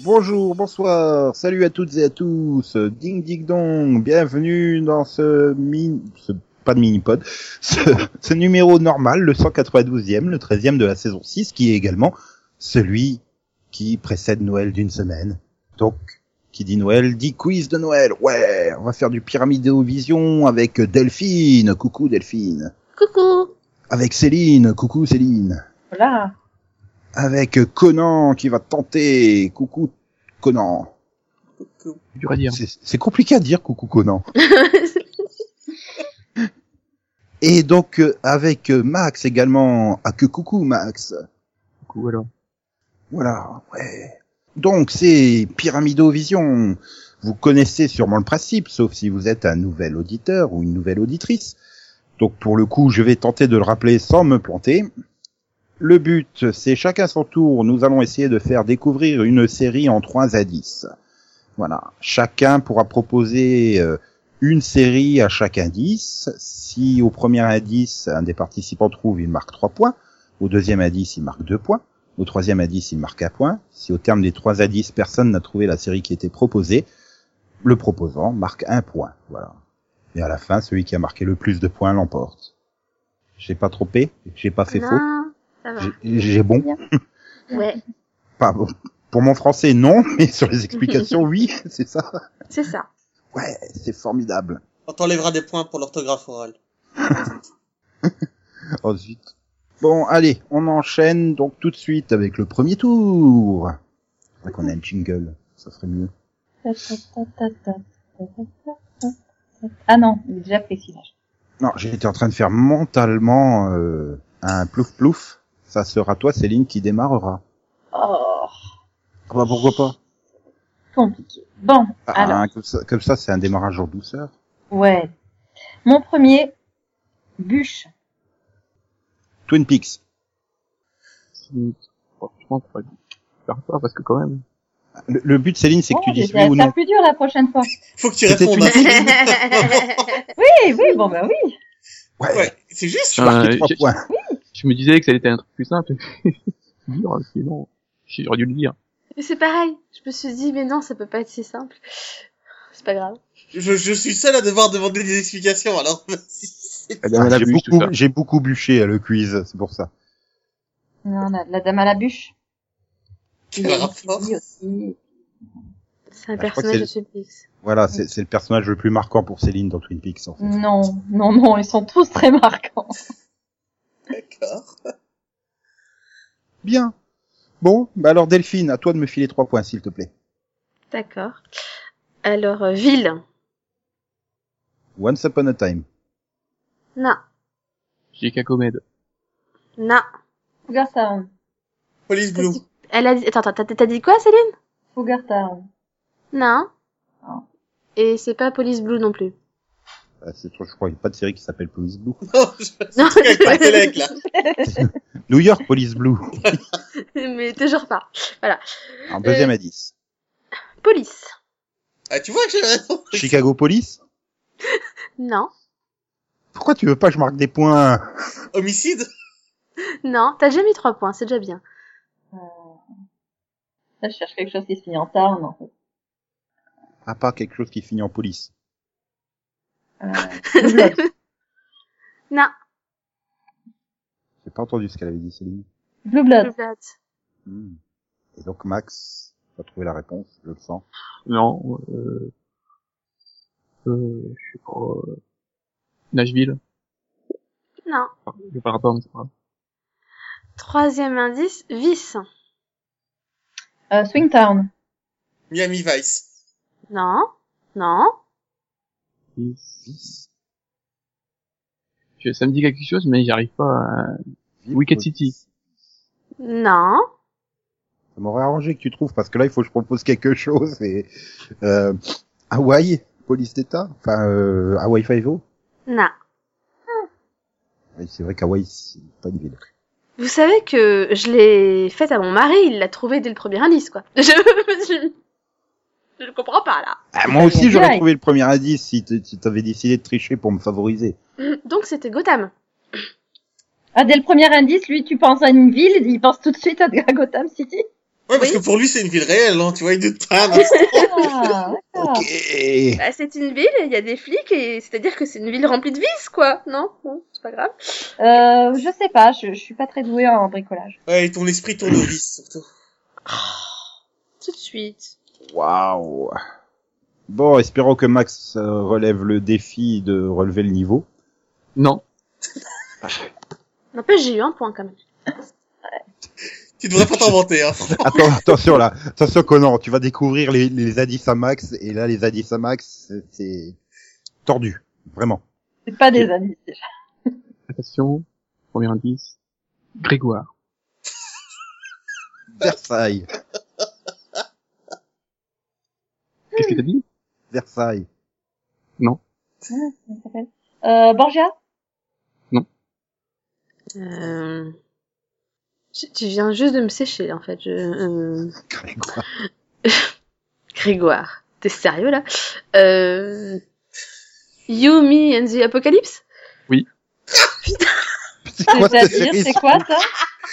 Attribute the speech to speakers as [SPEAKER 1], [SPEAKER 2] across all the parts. [SPEAKER 1] bonjour, bonsoir, salut à toutes et à tous, ding ding dong, bienvenue dans ce mini, ce, pas de mini-pod, ce, ce numéro normal, le 192e, le 13e de la saison 6, qui est également celui qui précède Noël d'une semaine. Donc, qui dit Noël dit quiz de Noël. Ouais, on va faire du pyramidéovision avec Delphine. Coucou Delphine.
[SPEAKER 2] Coucou.
[SPEAKER 1] Avec Céline. Coucou Céline.
[SPEAKER 2] Voilà.
[SPEAKER 1] Avec Conan qui va tenter. Coucou Conan.
[SPEAKER 2] Coucou.
[SPEAKER 3] dur à dire.
[SPEAKER 1] C'est c'est compliqué à dire coucou Conan. Et donc euh, avec euh, Max également. Ah que coucou Max.
[SPEAKER 3] Coucou, alors.
[SPEAKER 1] Voilà, ouais. Donc c'est Pyramidovision. Vous connaissez sûrement le principe, sauf si vous êtes un nouvel auditeur ou une nouvelle auditrice. Donc pour le coup, je vais tenter de le rappeler sans me planter. Le but, c'est chacun son tour. Nous allons essayer de faire découvrir une série en 3 à 10. Voilà. Chacun pourra proposer euh, une série à chaque indice. Si au premier indice, un des participants trouve, il marque 3 points. Au deuxième indice, il marque 2 points. Au troisième à 10, il marque un point. Si au terme des trois à 10, personne n'a trouvé la série qui était proposée, le proposant marque un point. Voilà. Et à la fin, celui qui a marqué le plus de points l'emporte. J'ai pas trompé, j'ai pas fait faux,
[SPEAKER 2] Non, ça va.
[SPEAKER 1] j'ai- j'ai bon.
[SPEAKER 2] Ouais,
[SPEAKER 1] Pas bon. Pour mon français, non, mais sur les explications, oui, c'est ça.
[SPEAKER 2] c'est ça.
[SPEAKER 1] Ouais, c'est formidable.
[SPEAKER 4] On t'enlèvera des points pour l'orthographe orale.
[SPEAKER 1] Oh zut. Bon, allez, on enchaîne donc tout de suite avec le premier tour. Faudrait qu'on ait un jingle, ça serait mieux.
[SPEAKER 5] Ah non, il est déjà précisage.
[SPEAKER 1] Non, j'étais en train de faire mentalement euh, un plouf plouf. Ça sera toi, Céline, qui démarrera.
[SPEAKER 5] Oh,
[SPEAKER 1] Ah bah pourquoi pas
[SPEAKER 5] compliqué. Bon,
[SPEAKER 1] Ah,
[SPEAKER 5] alors,
[SPEAKER 1] hein, Comme ça, comme ça, c'est un démarrage en douceur.
[SPEAKER 5] ouais. Mon premier, bûche.
[SPEAKER 1] Twin Peaks.
[SPEAKER 3] Si- Franchement, faut pas faire ça parce que quand même.
[SPEAKER 1] Le, le but, Céline, c'est que
[SPEAKER 5] Oh,
[SPEAKER 1] tu dises
[SPEAKER 5] j'essaie
[SPEAKER 1] oui
[SPEAKER 5] de
[SPEAKER 1] ou
[SPEAKER 5] faire
[SPEAKER 1] non.
[SPEAKER 5] plus dur la prochaine fois.
[SPEAKER 4] Faut que tu
[SPEAKER 1] C'était
[SPEAKER 4] répondes.
[SPEAKER 1] une-
[SPEAKER 4] hein.
[SPEAKER 5] Oui, oui, bon bah oui.
[SPEAKER 1] Ouais,
[SPEAKER 4] Ouais, c'est juste.
[SPEAKER 1] j'ai marqué
[SPEAKER 3] Euh,
[SPEAKER 1] trois
[SPEAKER 3] j'ai-
[SPEAKER 1] points.
[SPEAKER 3] Je me disais que ça allait être un truc plus simple. C'est dur, hein, sinon, j'aurais dû le dire.
[SPEAKER 2] Mais c'est pareil. Je me suis dit, mais non, ça peut pas être si simple. C'est pas grave.
[SPEAKER 4] Je, je suis seul à devoir demander des explications, alors. c'est-
[SPEAKER 3] La dame à la
[SPEAKER 1] Ah, J'ai
[SPEAKER 3] bûche, tout
[SPEAKER 1] beaucoup,
[SPEAKER 3] ça.
[SPEAKER 1] j'ai beaucoup bûché à le quiz, c'est pour ça.
[SPEAKER 5] Non, la, la dame à la bûche.
[SPEAKER 4] Quel
[SPEAKER 5] Il y a une
[SPEAKER 4] rapport
[SPEAKER 5] fille aussi.
[SPEAKER 2] C'est un
[SPEAKER 1] Bah, je crois que
[SPEAKER 2] personnage de Twin Peaks.
[SPEAKER 1] Voilà, c'est c'est le personnage le plus marquant pour Céline dans Twin Peaks, en fait.
[SPEAKER 5] Non, non, non, ils sont tous très marquants.
[SPEAKER 4] D'accord.
[SPEAKER 1] Bien. Bon, bah alors Delphine, à toi de me filer trois points, s'il te plaît.
[SPEAKER 2] D'accord. Alors, euh, ville.
[SPEAKER 1] Once upon a time.
[SPEAKER 2] Non,
[SPEAKER 3] J'ai qu'à comède.
[SPEAKER 2] non.
[SPEAKER 5] Cougar Town.
[SPEAKER 4] Police Blue.
[SPEAKER 2] Elle a dit... Attends, attends, t'as- t'as dit quoi, Céline
[SPEAKER 5] Cougar Town.
[SPEAKER 2] Non.
[SPEAKER 5] Non.
[SPEAKER 2] Et c'est pas Police Blue non plus.
[SPEAKER 1] Ah, c'est trop, je crois, il n'y a pas de série qui s'appelle Police Blue.
[SPEAKER 4] Non, je
[SPEAKER 2] Non,
[SPEAKER 4] suis avec ma collègue, là.
[SPEAKER 1] New York Police Blue.
[SPEAKER 2] mais toujours pas.
[SPEAKER 1] En deuxième à 10.
[SPEAKER 2] Police.
[SPEAKER 4] Ah, tu vois que j'avais raison.
[SPEAKER 1] Chicago Police
[SPEAKER 2] Non,
[SPEAKER 1] Pourquoi tu veux pas que je marque des points
[SPEAKER 4] Homicide
[SPEAKER 2] non. T'as déjà mis trois points, c'est déjà bien.
[SPEAKER 5] Là, je cherche quelque chose qui se finit en town, en fait.
[SPEAKER 1] À part quelque chose qui finit en police.
[SPEAKER 5] Euh, Blue Bloods.
[SPEAKER 2] non,
[SPEAKER 1] J'ai pas entendu ce qu'elle avait dit, Céline.
[SPEAKER 5] Blue
[SPEAKER 2] Blue
[SPEAKER 5] Bloods.
[SPEAKER 2] Bloods.
[SPEAKER 1] Hmm. Et donc Max va trouver la réponse, je le sens.
[SPEAKER 3] Non, euh, euh, je sais pas, euh, Nashville.
[SPEAKER 2] Non.
[SPEAKER 3] Enfin, j'ai pas le rapport, mais c'est pas grave.
[SPEAKER 2] Troisième indice, vice.
[SPEAKER 5] Euh, Swing Town.
[SPEAKER 4] Miami Vice.
[SPEAKER 2] Non, non.
[SPEAKER 3] Vice. Je- Ça me dit quelque chose, mais j'arrive pas à... Wicked City.
[SPEAKER 2] Non.
[SPEAKER 1] Ça m'aurait arrangé que tu trouves, parce que là, il faut que je propose quelque chose. Et euh, Hawaï, police d'État Enfin, euh, Hawaï Five-O
[SPEAKER 2] Non.
[SPEAKER 1] Oui, C'est vrai qu'Hawaï, c'est pas une ville.
[SPEAKER 2] Vous savez que je l'ai faite à mon mari, il l'a trouvée dès le premier indice, quoi. Je, je, je ne comprends pas, là.
[SPEAKER 1] Ah, moi
[SPEAKER 5] bien.
[SPEAKER 1] aussi, j'aurais
[SPEAKER 5] Ouais.
[SPEAKER 1] trouvé le premier indice si t- si t'avais décidé de tricher pour me favoriser.
[SPEAKER 2] Donc c'était Gotham.
[SPEAKER 5] Ah, dès le premier indice, lui, tu penses à une ville, il pense tout de suite à à Gotham City.
[SPEAKER 4] Ouais, parce
[SPEAKER 2] Oui.
[SPEAKER 4] que pour lui, c'est une ville réelle, hein, tu vois, il doute pas. non.
[SPEAKER 5] Ah, d'accord.
[SPEAKER 1] Ok.
[SPEAKER 2] Bah, c'est une ville, il y a des flics, et c'est-à-dire que c'est une ville remplie de vis, quoi. Non Bon, c'est pas grave.
[SPEAKER 5] Euh, je sais pas, je, je suis pas très douée en bricolage.
[SPEAKER 4] Ouais, et ton esprit tourne au vice, surtout.
[SPEAKER 2] Tout de suite.
[SPEAKER 1] Waouh. Bon, espérons que Max euh, relève le défi de relever le niveau.
[SPEAKER 3] Non.
[SPEAKER 2] N'empêche, j'ai eu un point quand même.
[SPEAKER 4] Tu devrais pas t'inventer, hein. franchement.
[SPEAKER 1] Attends, attention là, attention Conan, tu vas découvrir les, les indices à Max et là les indices à Max, c'est- c'est tordu, vraiment.
[SPEAKER 5] C'est pas des amis. déjà.
[SPEAKER 3] Attention. Premier indice. Grégoire.
[SPEAKER 1] Euh. Versailles,
[SPEAKER 3] Qu'est-ce que t'as dit
[SPEAKER 1] Versailles,
[SPEAKER 5] Comment ça s'appelle Euh, Borgia
[SPEAKER 2] Euh... Tu tu viens juste de me sécher, en fait. Je... euh,
[SPEAKER 1] Grégoire.
[SPEAKER 2] Grégoire, t'es sérieux là euh... Yumi and the Apocalypse
[SPEAKER 1] C'est quoi cette
[SPEAKER 5] C'est-à-dire,
[SPEAKER 1] série
[SPEAKER 5] c'est quoi ça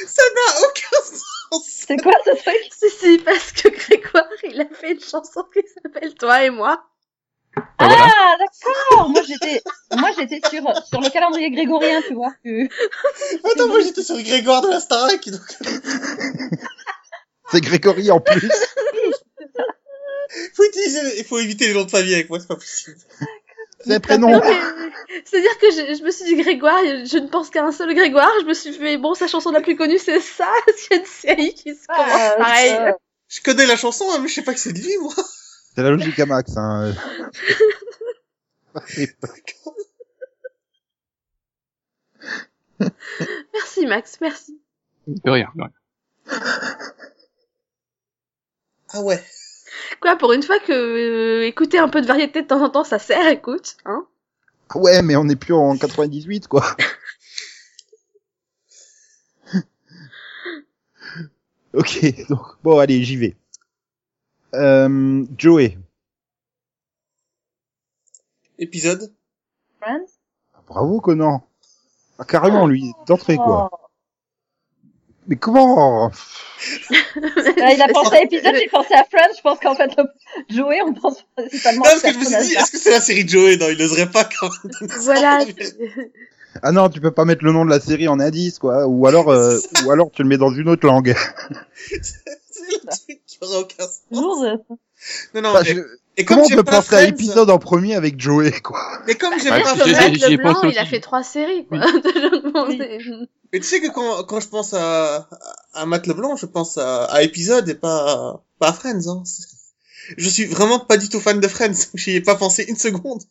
[SPEAKER 4] Ça n'a aucun sens.
[SPEAKER 5] C'est quoi ce truc
[SPEAKER 2] Si, si, parce que Grégoire, il a fait une chanson qui s'appelle Toi et moi.
[SPEAKER 3] Ah, voilà.
[SPEAKER 5] Ah, d'accord Moi, j'étais moi j'étais sur, sur le calendrier grégorien, tu vois. que-
[SPEAKER 4] Attends, moi j'étais sur Grégoire de la Starac, donc
[SPEAKER 1] C'est Grégory en plus.
[SPEAKER 4] faut utiliser, il faut éviter les noms de famille avec moi, c'est pas possible.
[SPEAKER 1] C'est un
[SPEAKER 2] Non,
[SPEAKER 1] prénom.
[SPEAKER 2] mais c'est-à-dire que je, je me suis dit Grégoire, je ne pense qu'à un seul Grégoire, je me suis fait, bon, sa chanson la plus connue, c'est ça, c'est une série qui se commence
[SPEAKER 5] Ah,
[SPEAKER 2] pareil.
[SPEAKER 5] euh,
[SPEAKER 4] Je connais la chanson, hein, mais je sais pas que c'est de lui, moi.
[SPEAKER 1] C'est la logique à Max. Hein.
[SPEAKER 2] Merci Max, merci.
[SPEAKER 3] De rien, de rien.
[SPEAKER 4] Ah ouais.
[SPEAKER 2] Quoi, pour une fois que euh, écouter un peu de variété de temps en temps, ça sert, écoute, hein
[SPEAKER 1] Ah Ouais, mais on n'est plus en 98 quoi. ok, donc bon, allez, j'y vais. Euh, Joey.
[SPEAKER 4] Épisode.
[SPEAKER 5] Friends
[SPEAKER 1] Bravo Conan. Ah, carrément lui, d'entrée quoi.
[SPEAKER 5] Oh.
[SPEAKER 1] Mais comment
[SPEAKER 5] Bah, il a pensé à épisode, j'ai pensé à Friends. Je pense qu'en fait, le... Joey, on pense
[SPEAKER 4] Non,
[SPEAKER 5] principalement à
[SPEAKER 4] parce que je me suis dit, est-ce que c'est la série de Joey? Non, il oserait pas quand même. donner ça.
[SPEAKER 2] Voilà.
[SPEAKER 1] Ah non, tu peux pas mettre le nom de la série en indice quoi, ou alors euh, ou alors tu le mets dans une autre langue.
[SPEAKER 4] C'est le truc qui aurait aucun sens.
[SPEAKER 5] Toujours,
[SPEAKER 4] Non, non,
[SPEAKER 1] Enfin, Bah,
[SPEAKER 4] et,
[SPEAKER 1] je-
[SPEAKER 4] et comme
[SPEAKER 1] Comment on
[SPEAKER 4] j'aime
[SPEAKER 1] peut
[SPEAKER 4] pas
[SPEAKER 1] penser à
[SPEAKER 4] Friends-
[SPEAKER 1] épisode en premier avec Joey quoi
[SPEAKER 4] Mais comme
[SPEAKER 2] Ah,
[SPEAKER 4] j'aime
[SPEAKER 3] Ouais,
[SPEAKER 4] pas
[SPEAKER 3] je- je-
[SPEAKER 4] Friends-
[SPEAKER 3] j'ai- j'y ai
[SPEAKER 2] Leblanc,
[SPEAKER 3] pensé
[SPEAKER 2] il a
[SPEAKER 3] aussi.
[SPEAKER 2] fait trois séries, quoi.
[SPEAKER 4] Mais tu sais que quand, quand je pense à, à Matt Leblanc, je pense à, à épisode et pas, à- pas à Friends. Hein. C'est- Je suis vraiment pas du tout fan de Friends. J'y ai pas pensé une seconde.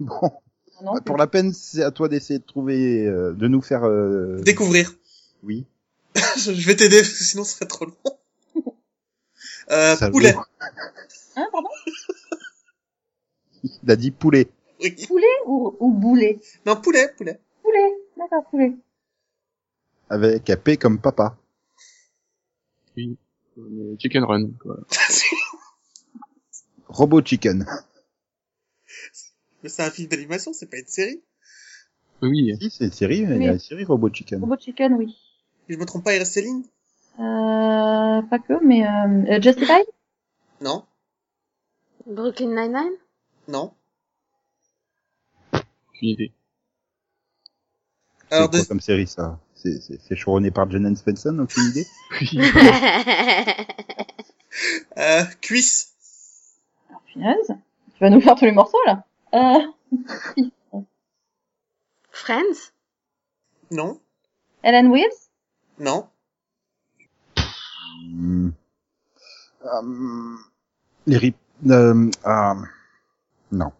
[SPEAKER 1] Bon.
[SPEAKER 5] non
[SPEAKER 1] Ouais, Ah, Pour la peine, c'est à toi d'essayer de trouver, euh, de nous faire. euh,
[SPEAKER 4] Découvrir.
[SPEAKER 1] Oui.
[SPEAKER 4] je, je vais t'aider parce que sinon ce serait trop long. Euh,
[SPEAKER 1] salaud.
[SPEAKER 4] poulet.
[SPEAKER 5] Hein, pardon
[SPEAKER 1] Il a dit poulet.
[SPEAKER 4] Oui.
[SPEAKER 5] Poulet ou, ou boulet
[SPEAKER 4] Non, poulet, poulet.
[SPEAKER 5] Poulet, d'accord, poulet.
[SPEAKER 1] Avec un P comme papa.
[SPEAKER 3] Euh, Chicken Run. Quoi.
[SPEAKER 1] Robot chicken.
[SPEAKER 4] Mais c'est un film d'animation, c'est pas une série.
[SPEAKER 3] Oui, oui.
[SPEAKER 1] Si, c'est une série, il y a une série Robot chicken.
[SPEAKER 5] Robot chicken, oui.
[SPEAKER 4] Je me trompe pas, il reste Céline
[SPEAKER 5] Euh, pas que, mais euh, euh, Justified
[SPEAKER 4] Non,
[SPEAKER 2] Brooklyn Nine-Nine
[SPEAKER 4] non.
[SPEAKER 3] Aucune idée.
[SPEAKER 1] C'est
[SPEAKER 4] Alors,
[SPEAKER 1] quoi
[SPEAKER 4] de-
[SPEAKER 1] comme série ça C'est- C'est c'est showrunné par Jenen Svensson, aucune idée
[SPEAKER 3] Oui.
[SPEAKER 4] euh, cuisse.
[SPEAKER 5] Alors, punaise. Tu vas nous faire tous les morceaux, là euh,
[SPEAKER 2] Friends
[SPEAKER 4] Non,
[SPEAKER 5] Ellen Wills
[SPEAKER 4] non.
[SPEAKER 1] Hmm. Hum, Les rip... euh, ah, non.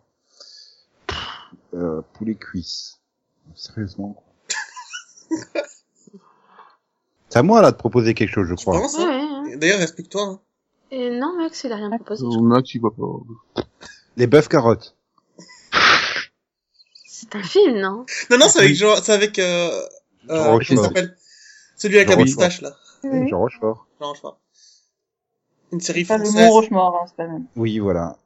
[SPEAKER 1] Euh, poulet cuisse. Sérieusement quoi. C'est à moi là de proposer quelque chose, je
[SPEAKER 4] Tu
[SPEAKER 1] crois.
[SPEAKER 4] penses
[SPEAKER 2] Ouais,
[SPEAKER 4] hein
[SPEAKER 2] ouais.
[SPEAKER 4] D'ailleurs, explique-toi. hein.
[SPEAKER 2] Et non, Max, il a
[SPEAKER 1] Ah,
[SPEAKER 2] rien proposé. je
[SPEAKER 3] Au
[SPEAKER 2] crois.
[SPEAKER 3] max, tu vois pas.
[SPEAKER 1] Les bœufs carottes.
[SPEAKER 2] C'est un film, non
[SPEAKER 4] Non, non, c'est avec, Jean- c'est avec, euh,
[SPEAKER 1] Jean
[SPEAKER 4] euh, comment il
[SPEAKER 1] Rochefort.
[SPEAKER 4] s'appelle Celui avec
[SPEAKER 1] Jean
[SPEAKER 4] la
[SPEAKER 1] Rochefort.
[SPEAKER 4] moustache, là.
[SPEAKER 5] Oui.
[SPEAKER 1] Jean Rochefort.
[SPEAKER 4] Jean Rochefort. Une série
[SPEAKER 5] Enfin, le
[SPEAKER 4] française.
[SPEAKER 5] mot Rochemort, hein, c'est pas le même.
[SPEAKER 1] Oui, voilà.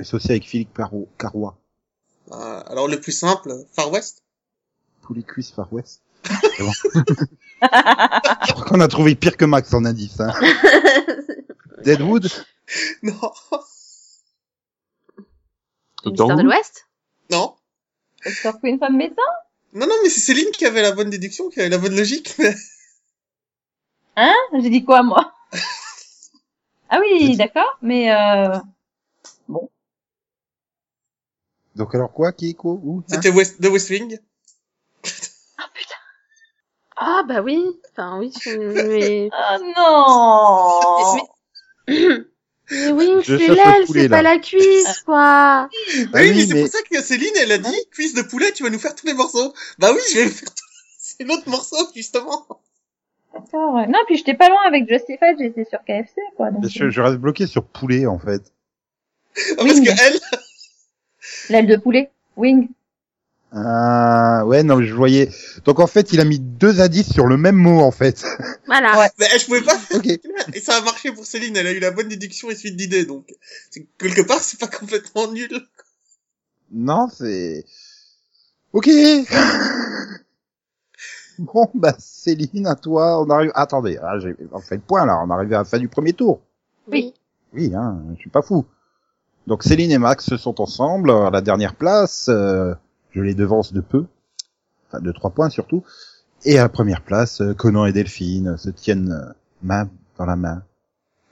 [SPEAKER 1] Associé avec Philippe Caro- Carrois.
[SPEAKER 4] Euh, alors, le plus simple, Far West.
[SPEAKER 1] Poulet cuisse Far West. Je crois qu'on a trouvé pire que Max en indice. Hein. Deadwood
[SPEAKER 4] Non.
[SPEAKER 3] Doctor
[SPEAKER 2] Mystère de
[SPEAKER 3] Who
[SPEAKER 2] l'Ouest
[SPEAKER 4] Non.
[SPEAKER 5] Docteur Queen femme médecin
[SPEAKER 4] Non, non, mais c'est Céline qui avait la bonne déduction, qui avait la bonne logique. mais-
[SPEAKER 5] Hein J'ai dit quoi, moi Ah
[SPEAKER 1] Vas-y.
[SPEAKER 5] oui, d'accord, mais euh...
[SPEAKER 1] Donc alors quoi Qui quoi Où hein
[SPEAKER 4] C'était West, The West Wing.
[SPEAKER 2] Ah bah oui. Enfin oui, je- mais...
[SPEAKER 5] Oh non
[SPEAKER 2] mais oui,
[SPEAKER 1] Je
[SPEAKER 2] c'est
[SPEAKER 1] chauffe le
[SPEAKER 2] l'aile,
[SPEAKER 1] poulet,
[SPEAKER 2] c'est
[SPEAKER 1] là.
[SPEAKER 2] pas la cuisse, quoi.
[SPEAKER 1] Bah
[SPEAKER 4] oui,
[SPEAKER 1] oui,
[SPEAKER 4] mais c'est
[SPEAKER 1] mais-
[SPEAKER 4] pour ça que Céline, elle a dit, cuisse de poulet, tu vas nous faire tous les morceaux. Bah oui, je vais faire tout. C'est l'autre morceau, justement.
[SPEAKER 5] D'accord, ouais. Non, puis j'étais pas loin avec Justified, j'étais sur KFC, quoi. Donc,
[SPEAKER 1] je, je reste bloqué sur poulet en fait.
[SPEAKER 4] Parce que elle,
[SPEAKER 5] L'aile de poulet, wing.
[SPEAKER 1] Ah ouais non mais je voyais. Donc en fait il a mis deux indices sur le même mot en fait.
[SPEAKER 2] Voilà.
[SPEAKER 5] Ouais.
[SPEAKER 4] bah, je pouvais pas
[SPEAKER 1] ok.
[SPEAKER 4] Et ça a marché pour Céline, elle a eu la bonne déduction et suite d'idées, donc c'est- quelque part c'est pas complètement nul.
[SPEAKER 1] Non c'est. Ok. bon bah Céline à toi on arrive. Attendez ah, j'ai- on fait le point là on arrive à la fin du premier tour.
[SPEAKER 2] Oui.
[SPEAKER 1] Oui, hein, je suis pas fou. Donc Céline et Max sont ensemble à la dernière place. euh, je les devance de peu, enfin de trois points surtout. Et à la première place, euh, Conan et Delphine se tiennent euh, main dans la main,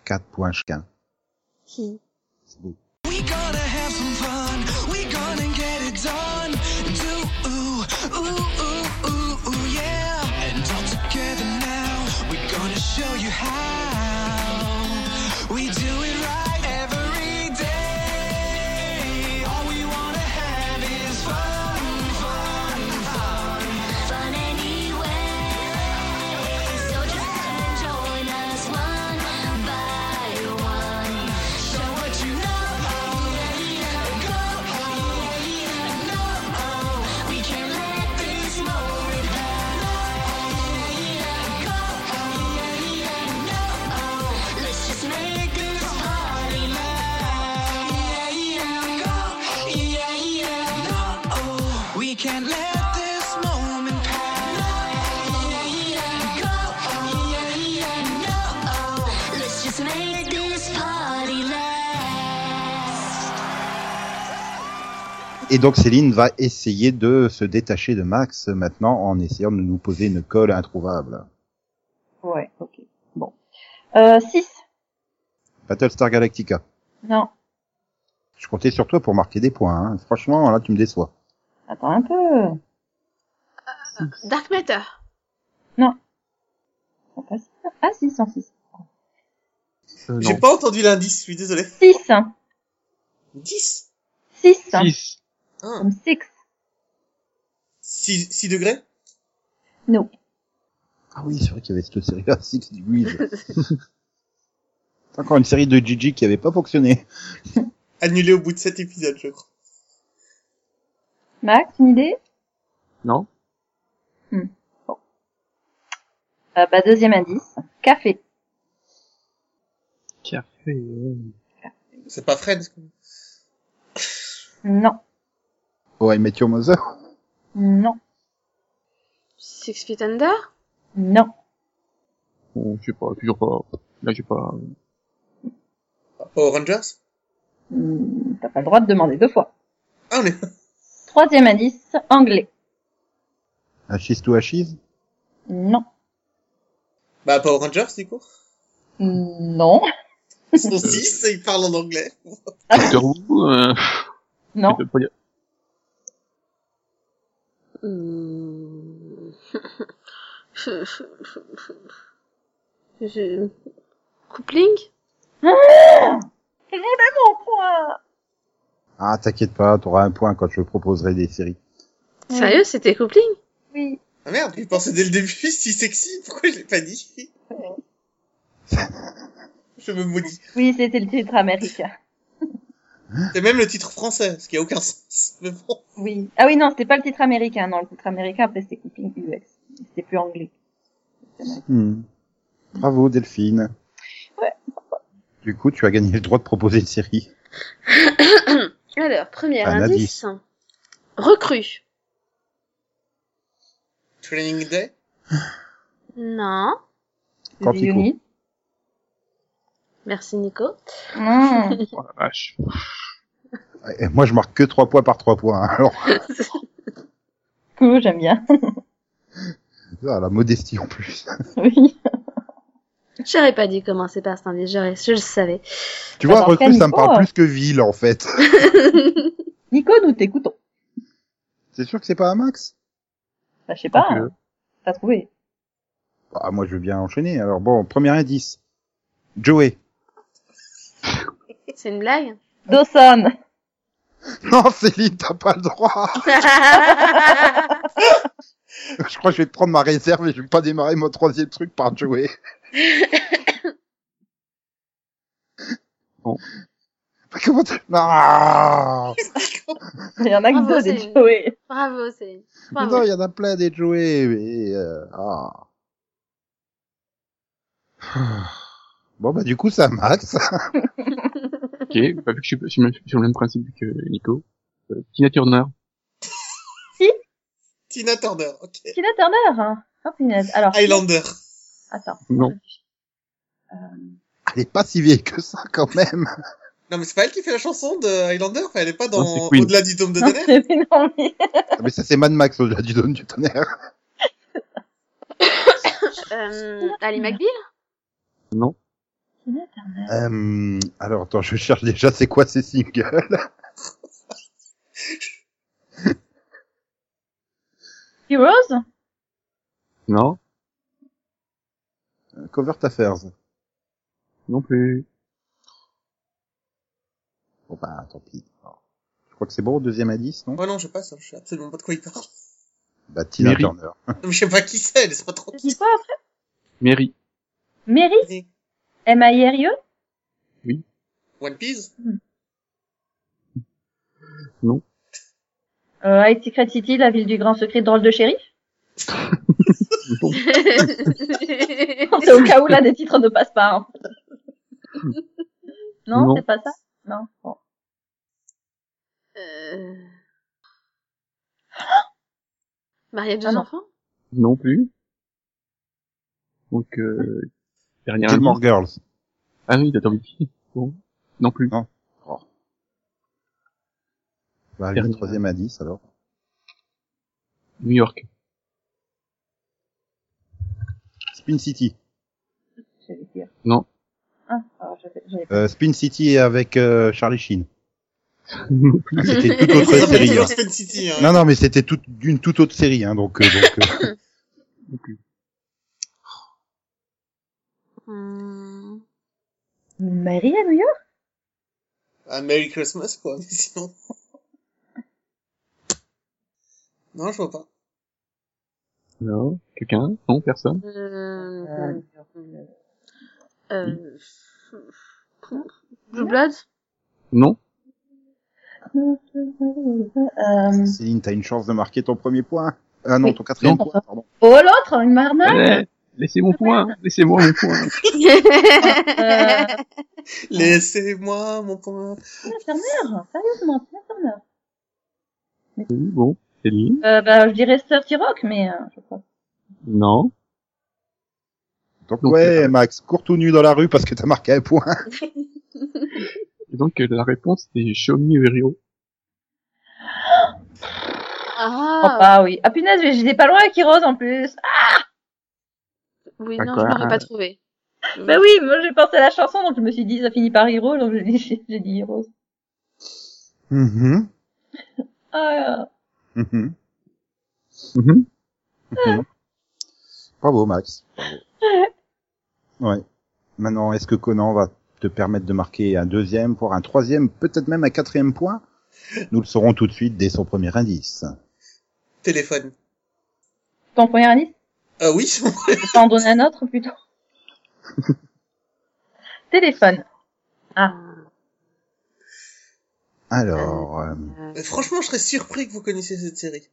[SPEAKER 1] quatre points chacun.
[SPEAKER 2] Qui
[SPEAKER 1] C'est beau.
[SPEAKER 6] We gonna have some fun. We gonna get it done. Do ooh ooh ooh ooh ooh yeah. And all together now, we gonna show you how we do it right every day. All we wanna have is fun, fun, fun, fun anyway. So just come and join us one by one. Show what you know. We can't let this moment pass. Let's just make this party last.
[SPEAKER 1] Et donc Céline va essayer de se détacher de Max maintenant en essayant de nous poser une colle introuvable.
[SPEAKER 5] Ouais, ok. Bon. Euh, 6.
[SPEAKER 1] Battlestar Galactica.
[SPEAKER 5] Non.
[SPEAKER 1] Je comptais sur toi pour marquer des points. hein. Franchement, là tu me déçois.
[SPEAKER 5] Attends un peu.
[SPEAKER 2] Dark Matter.
[SPEAKER 5] On passe. Ah, 6, 106.
[SPEAKER 3] Euh,
[SPEAKER 4] J'ai
[SPEAKER 3] non.
[SPEAKER 4] pas entendu l'indice, je suis désolé.
[SPEAKER 5] 6.
[SPEAKER 4] 10
[SPEAKER 5] 6.
[SPEAKER 3] Six.
[SPEAKER 4] hein.
[SPEAKER 5] Comme 6.
[SPEAKER 4] 6, 6 degrés
[SPEAKER 5] No.
[SPEAKER 1] Ah oui, c'est vrai qu'il y avait cette série-là, Six Degrees. C'est encore une série de Gigi qui avait pas fonctionné.
[SPEAKER 4] Annulé au bout de 7 épisodes, je crois.
[SPEAKER 5] Max, une idée Hmm.
[SPEAKER 3] Non.
[SPEAKER 5] euh, bah, Deuxième indice. Café.
[SPEAKER 3] Café. euh,
[SPEAKER 4] C'est pas Friends. quoi.
[SPEAKER 5] Non.
[SPEAKER 1] Ouais, Met Your Mother.
[SPEAKER 5] Non.
[SPEAKER 2] Six Feet Under
[SPEAKER 5] Non.
[SPEAKER 3] Bon, Oh, je sais pas, toujours pas. Là, j'ai pas.
[SPEAKER 4] Power Rangers
[SPEAKER 5] Hmm, T'as pas le droit de demander deux fois.
[SPEAKER 4] Ah, on est...
[SPEAKER 5] Troisième indice. Anglais.
[SPEAKER 1] Ashes to Ashes.
[SPEAKER 5] Non.
[SPEAKER 4] Bah, Power Rangers, du coup.
[SPEAKER 5] Hmm, Non.
[SPEAKER 4] Ils sont 6 et ils parlent en anglais.
[SPEAKER 3] Doctor Who, euh,
[SPEAKER 5] Non.
[SPEAKER 3] je peux pas dire.
[SPEAKER 2] Hmm. Je... Coupling
[SPEAKER 5] Je voulais mon point
[SPEAKER 1] Ah, t'inquiète pas, t'auras un point quand je proposerai des séries.
[SPEAKER 5] Oui.
[SPEAKER 2] Sérieux, c'était Coupling
[SPEAKER 5] Oui.
[SPEAKER 4] Ah merde, je pensais dès le début, si sexy, pourquoi je l'ai pas dit Je me maudis.
[SPEAKER 5] Oui, c'était le titre américain.
[SPEAKER 4] C'est même le titre français, ce qui a aucun sens. Mais bon.
[SPEAKER 5] Oui. Ah oui, non, c'était pas le titre américain. Non, le titre américain, après, c'était Cooking US. C'était plus anglais.
[SPEAKER 1] Hmm. Bravo, Delphine.
[SPEAKER 5] Ouais.
[SPEAKER 1] Du coup, tu as gagné le droit de proposer une série.
[SPEAKER 2] Alors, premier
[SPEAKER 1] Un
[SPEAKER 2] indice. Recrue.
[SPEAKER 4] Training Day
[SPEAKER 2] Non.
[SPEAKER 1] Quantico.
[SPEAKER 5] Uni.
[SPEAKER 2] Merci Nico.
[SPEAKER 5] Mmh.
[SPEAKER 3] Oh la vache.
[SPEAKER 1] Et moi, je marque que trois points par trois points. hein. Alors,
[SPEAKER 5] Cool, j'aime bien.
[SPEAKER 1] ah, la modestie en plus.
[SPEAKER 5] oui.
[SPEAKER 2] J'aurais pas dû commencer par Stanley, j'aurais, je le savais.
[SPEAKER 1] Tu vois,
[SPEAKER 5] Alors,
[SPEAKER 1] recrue, ça me
[SPEAKER 5] Canico,
[SPEAKER 1] parle
[SPEAKER 5] euh.
[SPEAKER 1] plus que ville, en fait.
[SPEAKER 5] Nico, nous t'écoutons.
[SPEAKER 1] C'est sûr que c'est pas un max
[SPEAKER 5] Bah, je sais pas.
[SPEAKER 3] Donc,
[SPEAKER 5] hein. T'as trouvé.
[SPEAKER 1] Bah, moi, je veux bien enchaîner. Alors, bon, premier indice. Joey.
[SPEAKER 2] C'est une blague
[SPEAKER 5] Dawson.
[SPEAKER 1] Non, Céline, t'as pas le droit. Je crois que je vais prendre ma réserve et je vais pas démarrer mon troisième truc par Joey.
[SPEAKER 3] Bon.
[SPEAKER 1] Mais Bah, Comment t'as... Ah, Non,
[SPEAKER 5] Il y en a que
[SPEAKER 2] Bravo,
[SPEAKER 5] deux des
[SPEAKER 2] Céline.
[SPEAKER 5] Joey.
[SPEAKER 2] Bravo Céline.
[SPEAKER 1] Mais non,
[SPEAKER 2] Bravo.
[SPEAKER 1] il y en a plein des Joey. Mais euh, ah. Bon, bah du coup, ça max.
[SPEAKER 3] Ok, bah, vu que je suis, je suis le même- sur le même principe que Nico. Euh, Tina Turner.
[SPEAKER 4] Tina Turner, ok.
[SPEAKER 5] Tina Turner. Hein. Oh, punaise. Alors.
[SPEAKER 4] Highlander.
[SPEAKER 5] Attends.
[SPEAKER 3] Non.
[SPEAKER 1] Elle est pas si vieille que ça, quand même.
[SPEAKER 4] Non, mais c'est pas elle qui fait la chanson de Highlander enfin, Elle est pas dans
[SPEAKER 3] Non, c'est Queen.
[SPEAKER 4] Au-delà du dôme de
[SPEAKER 5] Non,
[SPEAKER 4] tonnerre
[SPEAKER 5] mais non, mais...
[SPEAKER 1] Ah, Mais ça, c'est Mad Max au-delà du dôme du tonnerre.
[SPEAKER 2] Euh, Ali McBeal
[SPEAKER 3] Non.
[SPEAKER 5] Tina Turner.
[SPEAKER 1] Euh, alors, attends, je cherche déjà c'est quoi ces singles.
[SPEAKER 5] Heroes.
[SPEAKER 3] Non.
[SPEAKER 1] Cover Affairs.
[SPEAKER 3] Non plus.
[SPEAKER 1] Bon bah tant pis. Alors, Je crois que c'est bon, deuxième indice, non
[SPEAKER 4] Ah, Moi non, je sais pas ça, je sais absolument pas de quoi il parle.
[SPEAKER 1] Bah Tina
[SPEAKER 3] Mary.
[SPEAKER 1] Turner.
[SPEAKER 4] Non, mais je sais pas qui c'est, laisse pas trop.
[SPEAKER 5] Qui quoi après
[SPEAKER 3] Mary.
[SPEAKER 5] Mary. M-I-R-I-E.
[SPEAKER 4] One Piece
[SPEAKER 5] Euh, High Secret City, la ville du grand secret, drôle de shérif. C'est au cas où là des titres ne passent pas. hein. Non,
[SPEAKER 3] Non.
[SPEAKER 5] c'est pas ça. Non. Bon.
[SPEAKER 2] Euh, Marie a deux
[SPEAKER 5] Ah non.
[SPEAKER 2] enfants
[SPEAKER 3] Non plus. Donc, euh, dernière
[SPEAKER 1] Gilmore Girls.
[SPEAKER 3] Ah oui, t'as envie. Bon. Non plus.
[SPEAKER 1] Non. Bah allez,
[SPEAKER 3] Dernier.
[SPEAKER 1] troisième indice alors.
[SPEAKER 3] New York.
[SPEAKER 1] Spin City.
[SPEAKER 5] Je vais dire.
[SPEAKER 3] Non.
[SPEAKER 5] Ah, alors, j'avais- j'avais-
[SPEAKER 1] Euh, Spin City est avec euh, Charlie Sheen.
[SPEAKER 3] non plus.
[SPEAKER 1] Ah, C'était une toute
[SPEAKER 4] Ça
[SPEAKER 1] autre
[SPEAKER 4] s'appelle
[SPEAKER 1] série.
[SPEAKER 4] toujours
[SPEAKER 1] hein.
[SPEAKER 4] Spin City, hein.
[SPEAKER 1] Non non mais c'était toute d'une toute autre série hein donc euh, donc euh,
[SPEAKER 3] Non plus.
[SPEAKER 2] Hmm.
[SPEAKER 5] Mary à New York
[SPEAKER 4] Ah, Merry Christmas, quoi, mais sinon. Non, je vois pas.
[SPEAKER 3] Non. Quelqu'un Non, personne.
[SPEAKER 2] Euh,
[SPEAKER 5] Euh,
[SPEAKER 2] euh, Blue Blood
[SPEAKER 3] Non.
[SPEAKER 5] euh,
[SPEAKER 1] Céline, t'as une chance de marquer ton premier point. Ah non,
[SPEAKER 5] Oui.
[SPEAKER 1] ton quatrième
[SPEAKER 5] Non.
[SPEAKER 1] point, pardon.
[SPEAKER 5] Oh, l'autre, une marmaille
[SPEAKER 3] Eh, laissez mon point. Laissez-moi mon point.
[SPEAKER 5] euh,
[SPEAKER 4] Laissez-moi mon point.
[SPEAKER 5] Tina Turner, sérieusement, Tina Turner.
[SPEAKER 3] Oui, bon. Céline.
[SPEAKER 5] Euh, bah, je dirais Sturdy Rock, mais euh, je sais pas.
[SPEAKER 3] Non.
[SPEAKER 1] Donc
[SPEAKER 3] Donc,
[SPEAKER 1] ouais, Max, cours tout nu dans la rue parce que t'as marqué un point.
[SPEAKER 3] Et donc, euh, la réponse, c'est Show Me Your Hero.
[SPEAKER 5] Ah
[SPEAKER 2] Ah,
[SPEAKER 5] bah oui. Ah punaise, mais j'étais pas loin avec Heroes en plus. Ah,
[SPEAKER 2] oui,
[SPEAKER 3] Pas
[SPEAKER 2] non,
[SPEAKER 3] quoi,
[SPEAKER 2] je l'aurais
[SPEAKER 3] hein.
[SPEAKER 2] pas trouvé.
[SPEAKER 5] bah oui, moi j'ai pensé à la chanson, donc je me suis dit ça finit par Hero, donc j'ai dit, j'ai dit Heroes.
[SPEAKER 1] Mhm,
[SPEAKER 5] Ah,
[SPEAKER 1] mhm,
[SPEAKER 3] Mhm.
[SPEAKER 1] mhm. Mm-hmm. Bravo Max. Bravo. Ouais. Maintenant, est-ce que Conan va te permettre de marquer un deuxième, voire un troisième, peut-être même un quatrième point Nous le saurons tout de suite dès son premier indice.
[SPEAKER 4] Téléphone.
[SPEAKER 5] ton premier indice
[SPEAKER 4] Ah oui,
[SPEAKER 5] Je peux en donner un autre plutôt. Téléphone. Ah.
[SPEAKER 1] Alors, euh,
[SPEAKER 4] Mais franchement, je serais surpris que vous connaissiez cette série.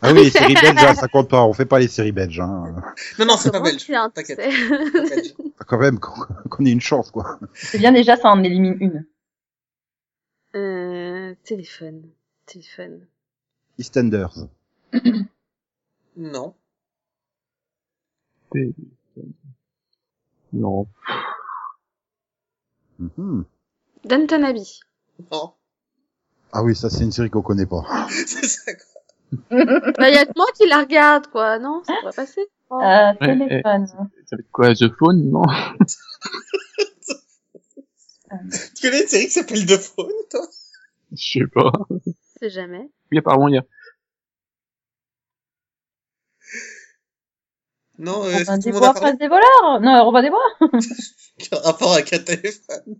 [SPEAKER 1] ah oui, les séries belges, hein, ça compte pas. On fait pas les séries belges. Hein. Ah,
[SPEAKER 4] Non, non, c'est pas
[SPEAKER 2] Comment
[SPEAKER 4] belge.
[SPEAKER 2] tu l'as
[SPEAKER 4] T'inquiète.
[SPEAKER 2] inventé
[SPEAKER 4] pas belge.
[SPEAKER 1] Quand même, qu'on qu'on ait une chance, quoi.
[SPEAKER 5] C'est bien déjà, ça en élimine une.
[SPEAKER 2] Euh, téléphone. Téléphone.
[SPEAKER 1] EastEnders.
[SPEAKER 4] Non.
[SPEAKER 3] paix. Non.
[SPEAKER 1] Mhm.
[SPEAKER 2] Donne ton avis.
[SPEAKER 4] Non.
[SPEAKER 1] Ah oui, ça c'est une série qu'on connaît pas.
[SPEAKER 4] C'est ça, quoi.
[SPEAKER 2] Bah, y a que moi qui la regarde, quoi. Non, ça va passer.
[SPEAKER 5] Euh,
[SPEAKER 3] Ouais,
[SPEAKER 5] téléphone.
[SPEAKER 3] Ça va être quoi, The Phone, non
[SPEAKER 4] Tu connais une série qui s'appelle The Phone, toi?
[SPEAKER 3] Je sais pas.
[SPEAKER 2] C'est jamais.
[SPEAKER 3] Oui, apparemment, il y a...
[SPEAKER 4] Non, euh,
[SPEAKER 5] Robin
[SPEAKER 4] est-ce que tout
[SPEAKER 5] des
[SPEAKER 4] le monde a
[SPEAKER 5] Bois
[SPEAKER 4] parlé
[SPEAKER 5] face des voleurs. Non, euh, Robin des Bois.
[SPEAKER 4] qui a un rapport avec un téléphone?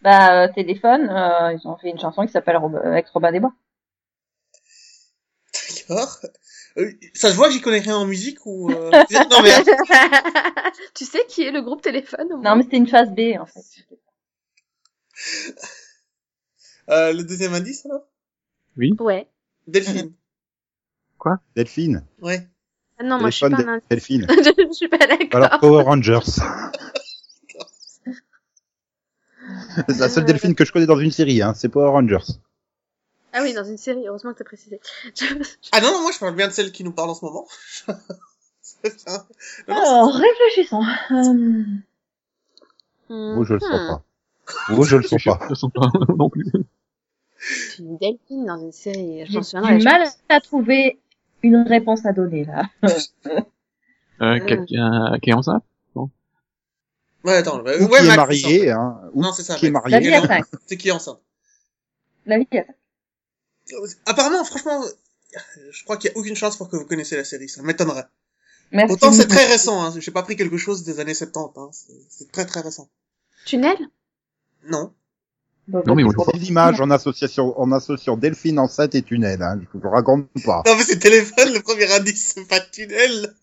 [SPEAKER 5] Bah, euh, téléphone, euh, ils ont fait une chanson qui s'appelle Rob- euh, avec Robin des Bois.
[SPEAKER 4] D'accord. Euh, Ça se voit, j'y connais rien en musique ou, euh... non, mais,
[SPEAKER 2] tu sais qui est le groupe téléphone au moins
[SPEAKER 5] Non, mais c'était une phase B, en fait.
[SPEAKER 4] euh, le deuxième indice, alors?
[SPEAKER 2] Ouais.
[SPEAKER 4] Delphine.
[SPEAKER 1] Delphine.
[SPEAKER 4] Ouais.
[SPEAKER 2] Ah non, moi je suis pas
[SPEAKER 1] Téléphone
[SPEAKER 2] un
[SPEAKER 1] de- Delphine.
[SPEAKER 2] indice. Je suis pas d'accord.
[SPEAKER 1] Voilà, Power Rangers. C'est la seule Delphine que je connais dans une série, hein, c'est Power Rangers.
[SPEAKER 2] Ah oui, dans une série, heureusement que t'as précisé. Je-
[SPEAKER 4] Ah non, non, moi je parle bien de celle qui nous parle en ce moment. Oh, Non, non,
[SPEAKER 5] Alors, Oh, réfléchissons. Euh,
[SPEAKER 1] Vous, je le sens
[SPEAKER 2] Hmm.
[SPEAKER 1] pas. Vous, je le sens
[SPEAKER 3] Je
[SPEAKER 1] pas.
[SPEAKER 3] ne sens pas non plus.
[SPEAKER 2] Une Delphine dans une série. Je
[SPEAKER 5] J'ai
[SPEAKER 2] m'en souviendrai.
[SPEAKER 5] du
[SPEAKER 2] je
[SPEAKER 5] mal
[SPEAKER 2] pense.
[SPEAKER 5] à trouver une réponse à donner, là.
[SPEAKER 3] Euh, Quelqu'un qui est enceinte
[SPEAKER 4] Ouais, attends, bah,
[SPEAKER 1] Ou
[SPEAKER 4] ouais,
[SPEAKER 1] qui est
[SPEAKER 4] Max, c'est
[SPEAKER 1] marié, hein, ou
[SPEAKER 4] Non, c'est ça,
[SPEAKER 1] qui est
[SPEAKER 4] Max.
[SPEAKER 5] La
[SPEAKER 1] marié.
[SPEAKER 5] vie
[SPEAKER 4] non.
[SPEAKER 5] attaque.
[SPEAKER 4] ça. C'est qui est enceinte?
[SPEAKER 5] La vie attaque.
[SPEAKER 4] Apparemment, franchement, je crois qu'il y a aucune chance pour que vous connaissiez la série, ça m'étonnerait.
[SPEAKER 5] Merci.
[SPEAKER 4] Autant c'est
[SPEAKER 5] Nico.
[SPEAKER 4] très récent, hein. j'ai pas pris quelque chose des années 70, hein. c'est c'est très très récent.
[SPEAKER 2] Tunnel
[SPEAKER 4] Non.
[SPEAKER 5] Bon,
[SPEAKER 3] Non, mais
[SPEAKER 5] bah,
[SPEAKER 3] on le voit.
[SPEAKER 1] Des images en association, en associant Delphine enceinte et tunnel, hein, je vous raconte pas.
[SPEAKER 4] Non mais c'est téléphone, le premier indice, c'est pas de tunnel.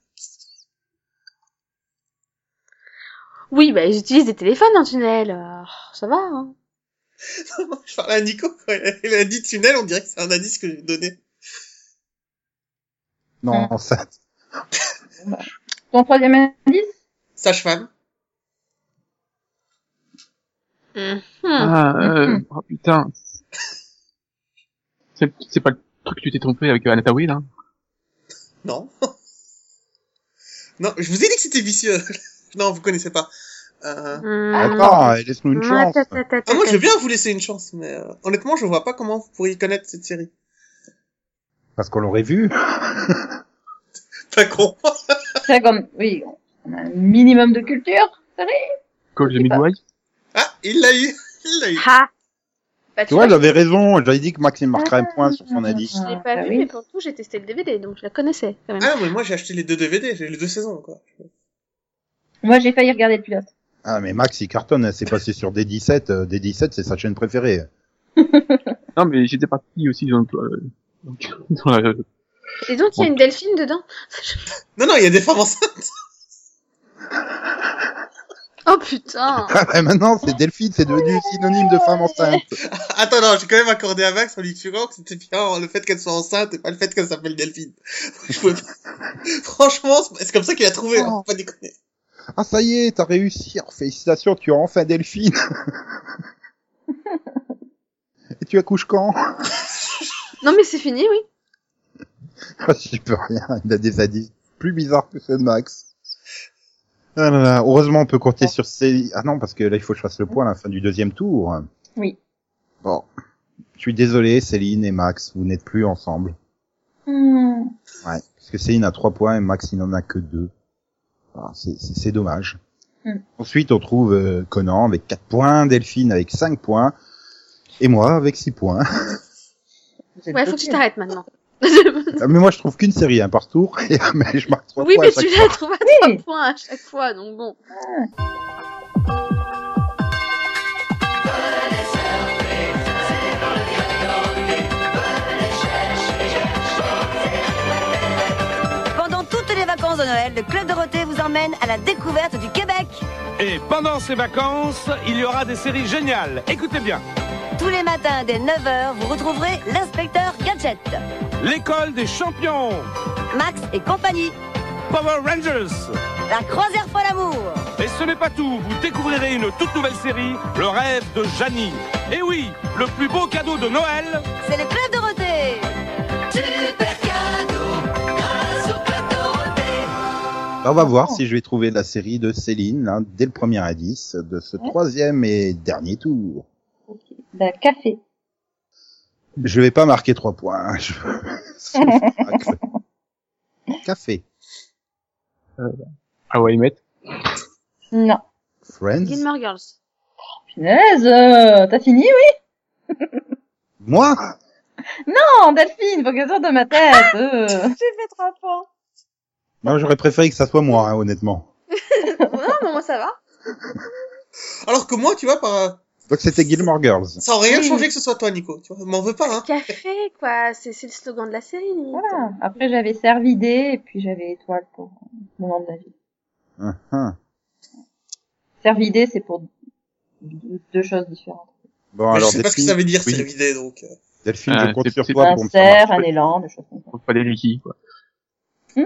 [SPEAKER 2] Oui, bah ils utilisent des téléphones en tunnel. euh, ça va. Hein.
[SPEAKER 4] je parlais à Nico quand il a dit tunnel, on dirait que c'est un indice que j'ai donné.
[SPEAKER 2] Mhm.
[SPEAKER 1] Non, enceinte.
[SPEAKER 5] Ton troisième indice
[SPEAKER 4] Sage-femme.
[SPEAKER 2] Hmm.
[SPEAKER 3] Ah, euh, oh putain. C'est c'est pas le truc que tu t'es trompé avec Anatawi, là
[SPEAKER 4] Non. non, je vous ai dit que c'était vicieux. non, vous connaissez pas. Euh...
[SPEAKER 1] Attends, laisse-nous une
[SPEAKER 2] Hmm. Ah,
[SPEAKER 1] chance.
[SPEAKER 2] ta, ta, ta, ta,
[SPEAKER 4] Ah, moi, je
[SPEAKER 2] ta.
[SPEAKER 4] veux bien vous laisser une chance, mais euh, honnêtement, je vois pas comment vous pourriez connaître cette série.
[SPEAKER 1] Parce qu'on l'aurait vu.
[SPEAKER 4] Pas con.
[SPEAKER 5] C'est comme, oui, on a un minimum de culture.
[SPEAKER 3] Call the Midwife
[SPEAKER 4] ah, il l'a eu. Il l'a eu.
[SPEAKER 2] Ha Bah,
[SPEAKER 1] Tu vois,
[SPEAKER 2] vois,
[SPEAKER 1] j'avais raison, j'avais dit que Maxime marquerait un point sur son indice.
[SPEAKER 2] je l'ai
[SPEAKER 5] Ah,
[SPEAKER 2] pas
[SPEAKER 5] bah
[SPEAKER 2] vu,
[SPEAKER 5] oui.
[SPEAKER 2] mais pour le coup, j'ai testé le DVD, donc je la connaissais quand même.
[SPEAKER 4] Ah, mais moi, j'ai acheté les deux DVD, j'ai les deux saisons, quoi.
[SPEAKER 5] Moi, j'ai failli regarder le pilote.
[SPEAKER 1] Ah, mais Max, il cartonne, hein, c'est passé sur D17, euh, D17, c'est sa chaîne préférée. hein.
[SPEAKER 3] Non, mais j'étais parti aussi dans le... euh, donc, dans la-
[SPEAKER 2] Et donc, il y a une Delphine dedans
[SPEAKER 4] Non, non, il y a des femmes enceintes.
[SPEAKER 2] Oh putain
[SPEAKER 1] Ah, bah, maintenant, c'est Delphine, c'est devenu synonyme de femme enceinte.
[SPEAKER 4] Attends, non, j'ai quand même accordé à Max en lui expliquant que c'était bien le fait qu'elle soit enceinte et pas le fait qu'elle s'appelle Delphine. Je pouvais pas- Franchement, c'est comme ça qu'il a trouvé, hein, faut pas déconner.
[SPEAKER 1] Ah, ça y est, t'as réussi. Alors, Félicitations, tu as enfin Delphine. Et tu accouches quand
[SPEAKER 2] Non, mais c'est fini, oui.
[SPEAKER 1] Ah, J'y peux rien, il a des indices plus bizarres que ceux de Max. Ah là là, heureusement, on peut compter sur ces... Ah non, parce que là, il faut que je fasse le point à la fin du deuxième tour.
[SPEAKER 5] Oui.
[SPEAKER 1] Bon. Je suis désolé, Céline et Max, vous n'êtes plus ensemble.
[SPEAKER 5] Hmm.
[SPEAKER 1] Ouais, parce que Céline a trois points et Max il n'en a que deux. Alors, c'est- C'est c'est dommage.
[SPEAKER 2] Hmm.
[SPEAKER 5] Mm.
[SPEAKER 1] Ensuite, on trouve euh, Conan avec quatre points, Delphine avec cinq points, et moi avec six points.
[SPEAKER 5] Vous êtes
[SPEAKER 2] Ouais, faut que
[SPEAKER 5] bloqués.
[SPEAKER 2] tu t'arrêtes maintenant.
[SPEAKER 1] Ah, mais moi, je trouve qu'une série hein, par tour, et ah, mais je marque trois
[SPEAKER 2] Oui,
[SPEAKER 1] points à
[SPEAKER 2] mais
[SPEAKER 1] chaque
[SPEAKER 2] tu
[SPEAKER 1] fois.
[SPEAKER 2] la trouves à trois
[SPEAKER 5] Oui.
[SPEAKER 2] points à chaque fois, donc bon.
[SPEAKER 7] Pendant toutes les vacances de Noël, le Club Dorothée vous emmène à la découverte du Québec.
[SPEAKER 8] Et pendant ces vacances, il y aura des séries géniales. Écoutez bien.
[SPEAKER 7] Tous les matins dès 9h, vous retrouverez l'inspecteur Gadget,
[SPEAKER 8] L'école des champions.
[SPEAKER 7] Max et compagnie.
[SPEAKER 8] Power Rangers.
[SPEAKER 7] La croisière folle amour.
[SPEAKER 8] Et ce n'est pas tout. Vous découvrirez une toute nouvelle série, Le rêve de Janie. Et oui, le plus beau cadeau de Noël,
[SPEAKER 7] C'est le Club Dorothée.
[SPEAKER 1] On va voir si je vais trouver la série de Céline hein, dès le premier indice de ce
[SPEAKER 5] Ouais.
[SPEAKER 1] troisième et dernier tour.
[SPEAKER 5] Ok. Bah, café.
[SPEAKER 1] Je vais pas marquer trois points. hein, je- Ça me craque. Café.
[SPEAKER 3] Hawaii Met.
[SPEAKER 5] Non.
[SPEAKER 1] Friends.
[SPEAKER 2] Gilmore Girls.
[SPEAKER 5] Punaise, euh, t'as fini, oui?
[SPEAKER 1] Moi
[SPEAKER 5] Non, hein, Delphine, faut que ça sorte de ma tête. euh.
[SPEAKER 9] J'ai fait trois points.
[SPEAKER 1] Moi, J'aurais préféré que ça soit moi, hein, honnêtement.
[SPEAKER 2] non, mais moi ça va.
[SPEAKER 4] Alors que moi, tu vois, par,
[SPEAKER 1] Donc c'était Gilmore Girls.
[SPEAKER 4] sans rien
[SPEAKER 5] Oui.
[SPEAKER 4] changer que ce soit toi, Nico. Tu vois, m'en veux pas, hein.
[SPEAKER 2] Café, quoi. C'est c'est le slogan de la série. limite.
[SPEAKER 5] Voilà. Après, j'avais Servidé, et puis j'avais Étoile pour euh, mon nom de la vie.
[SPEAKER 1] Hein, hein.
[SPEAKER 5] Servidé, c'est pour deux deux choses différentes.
[SPEAKER 1] Bon
[SPEAKER 4] Mais
[SPEAKER 1] alors
[SPEAKER 4] je sais pas ce que
[SPEAKER 1] Delphine,
[SPEAKER 4] ça veut dire,
[SPEAKER 1] oui.
[SPEAKER 4] c'est évident, donc. euh,
[SPEAKER 1] Delphine,
[SPEAKER 3] Ah,
[SPEAKER 1] je compte
[SPEAKER 3] c'est-
[SPEAKER 1] sur
[SPEAKER 3] c'est-
[SPEAKER 1] toi
[SPEAKER 5] un
[SPEAKER 1] pour me faire
[SPEAKER 5] cerf,
[SPEAKER 1] marcher.
[SPEAKER 5] un élan, des choses comme ça.
[SPEAKER 3] Faut Pas des Vicky, quoi.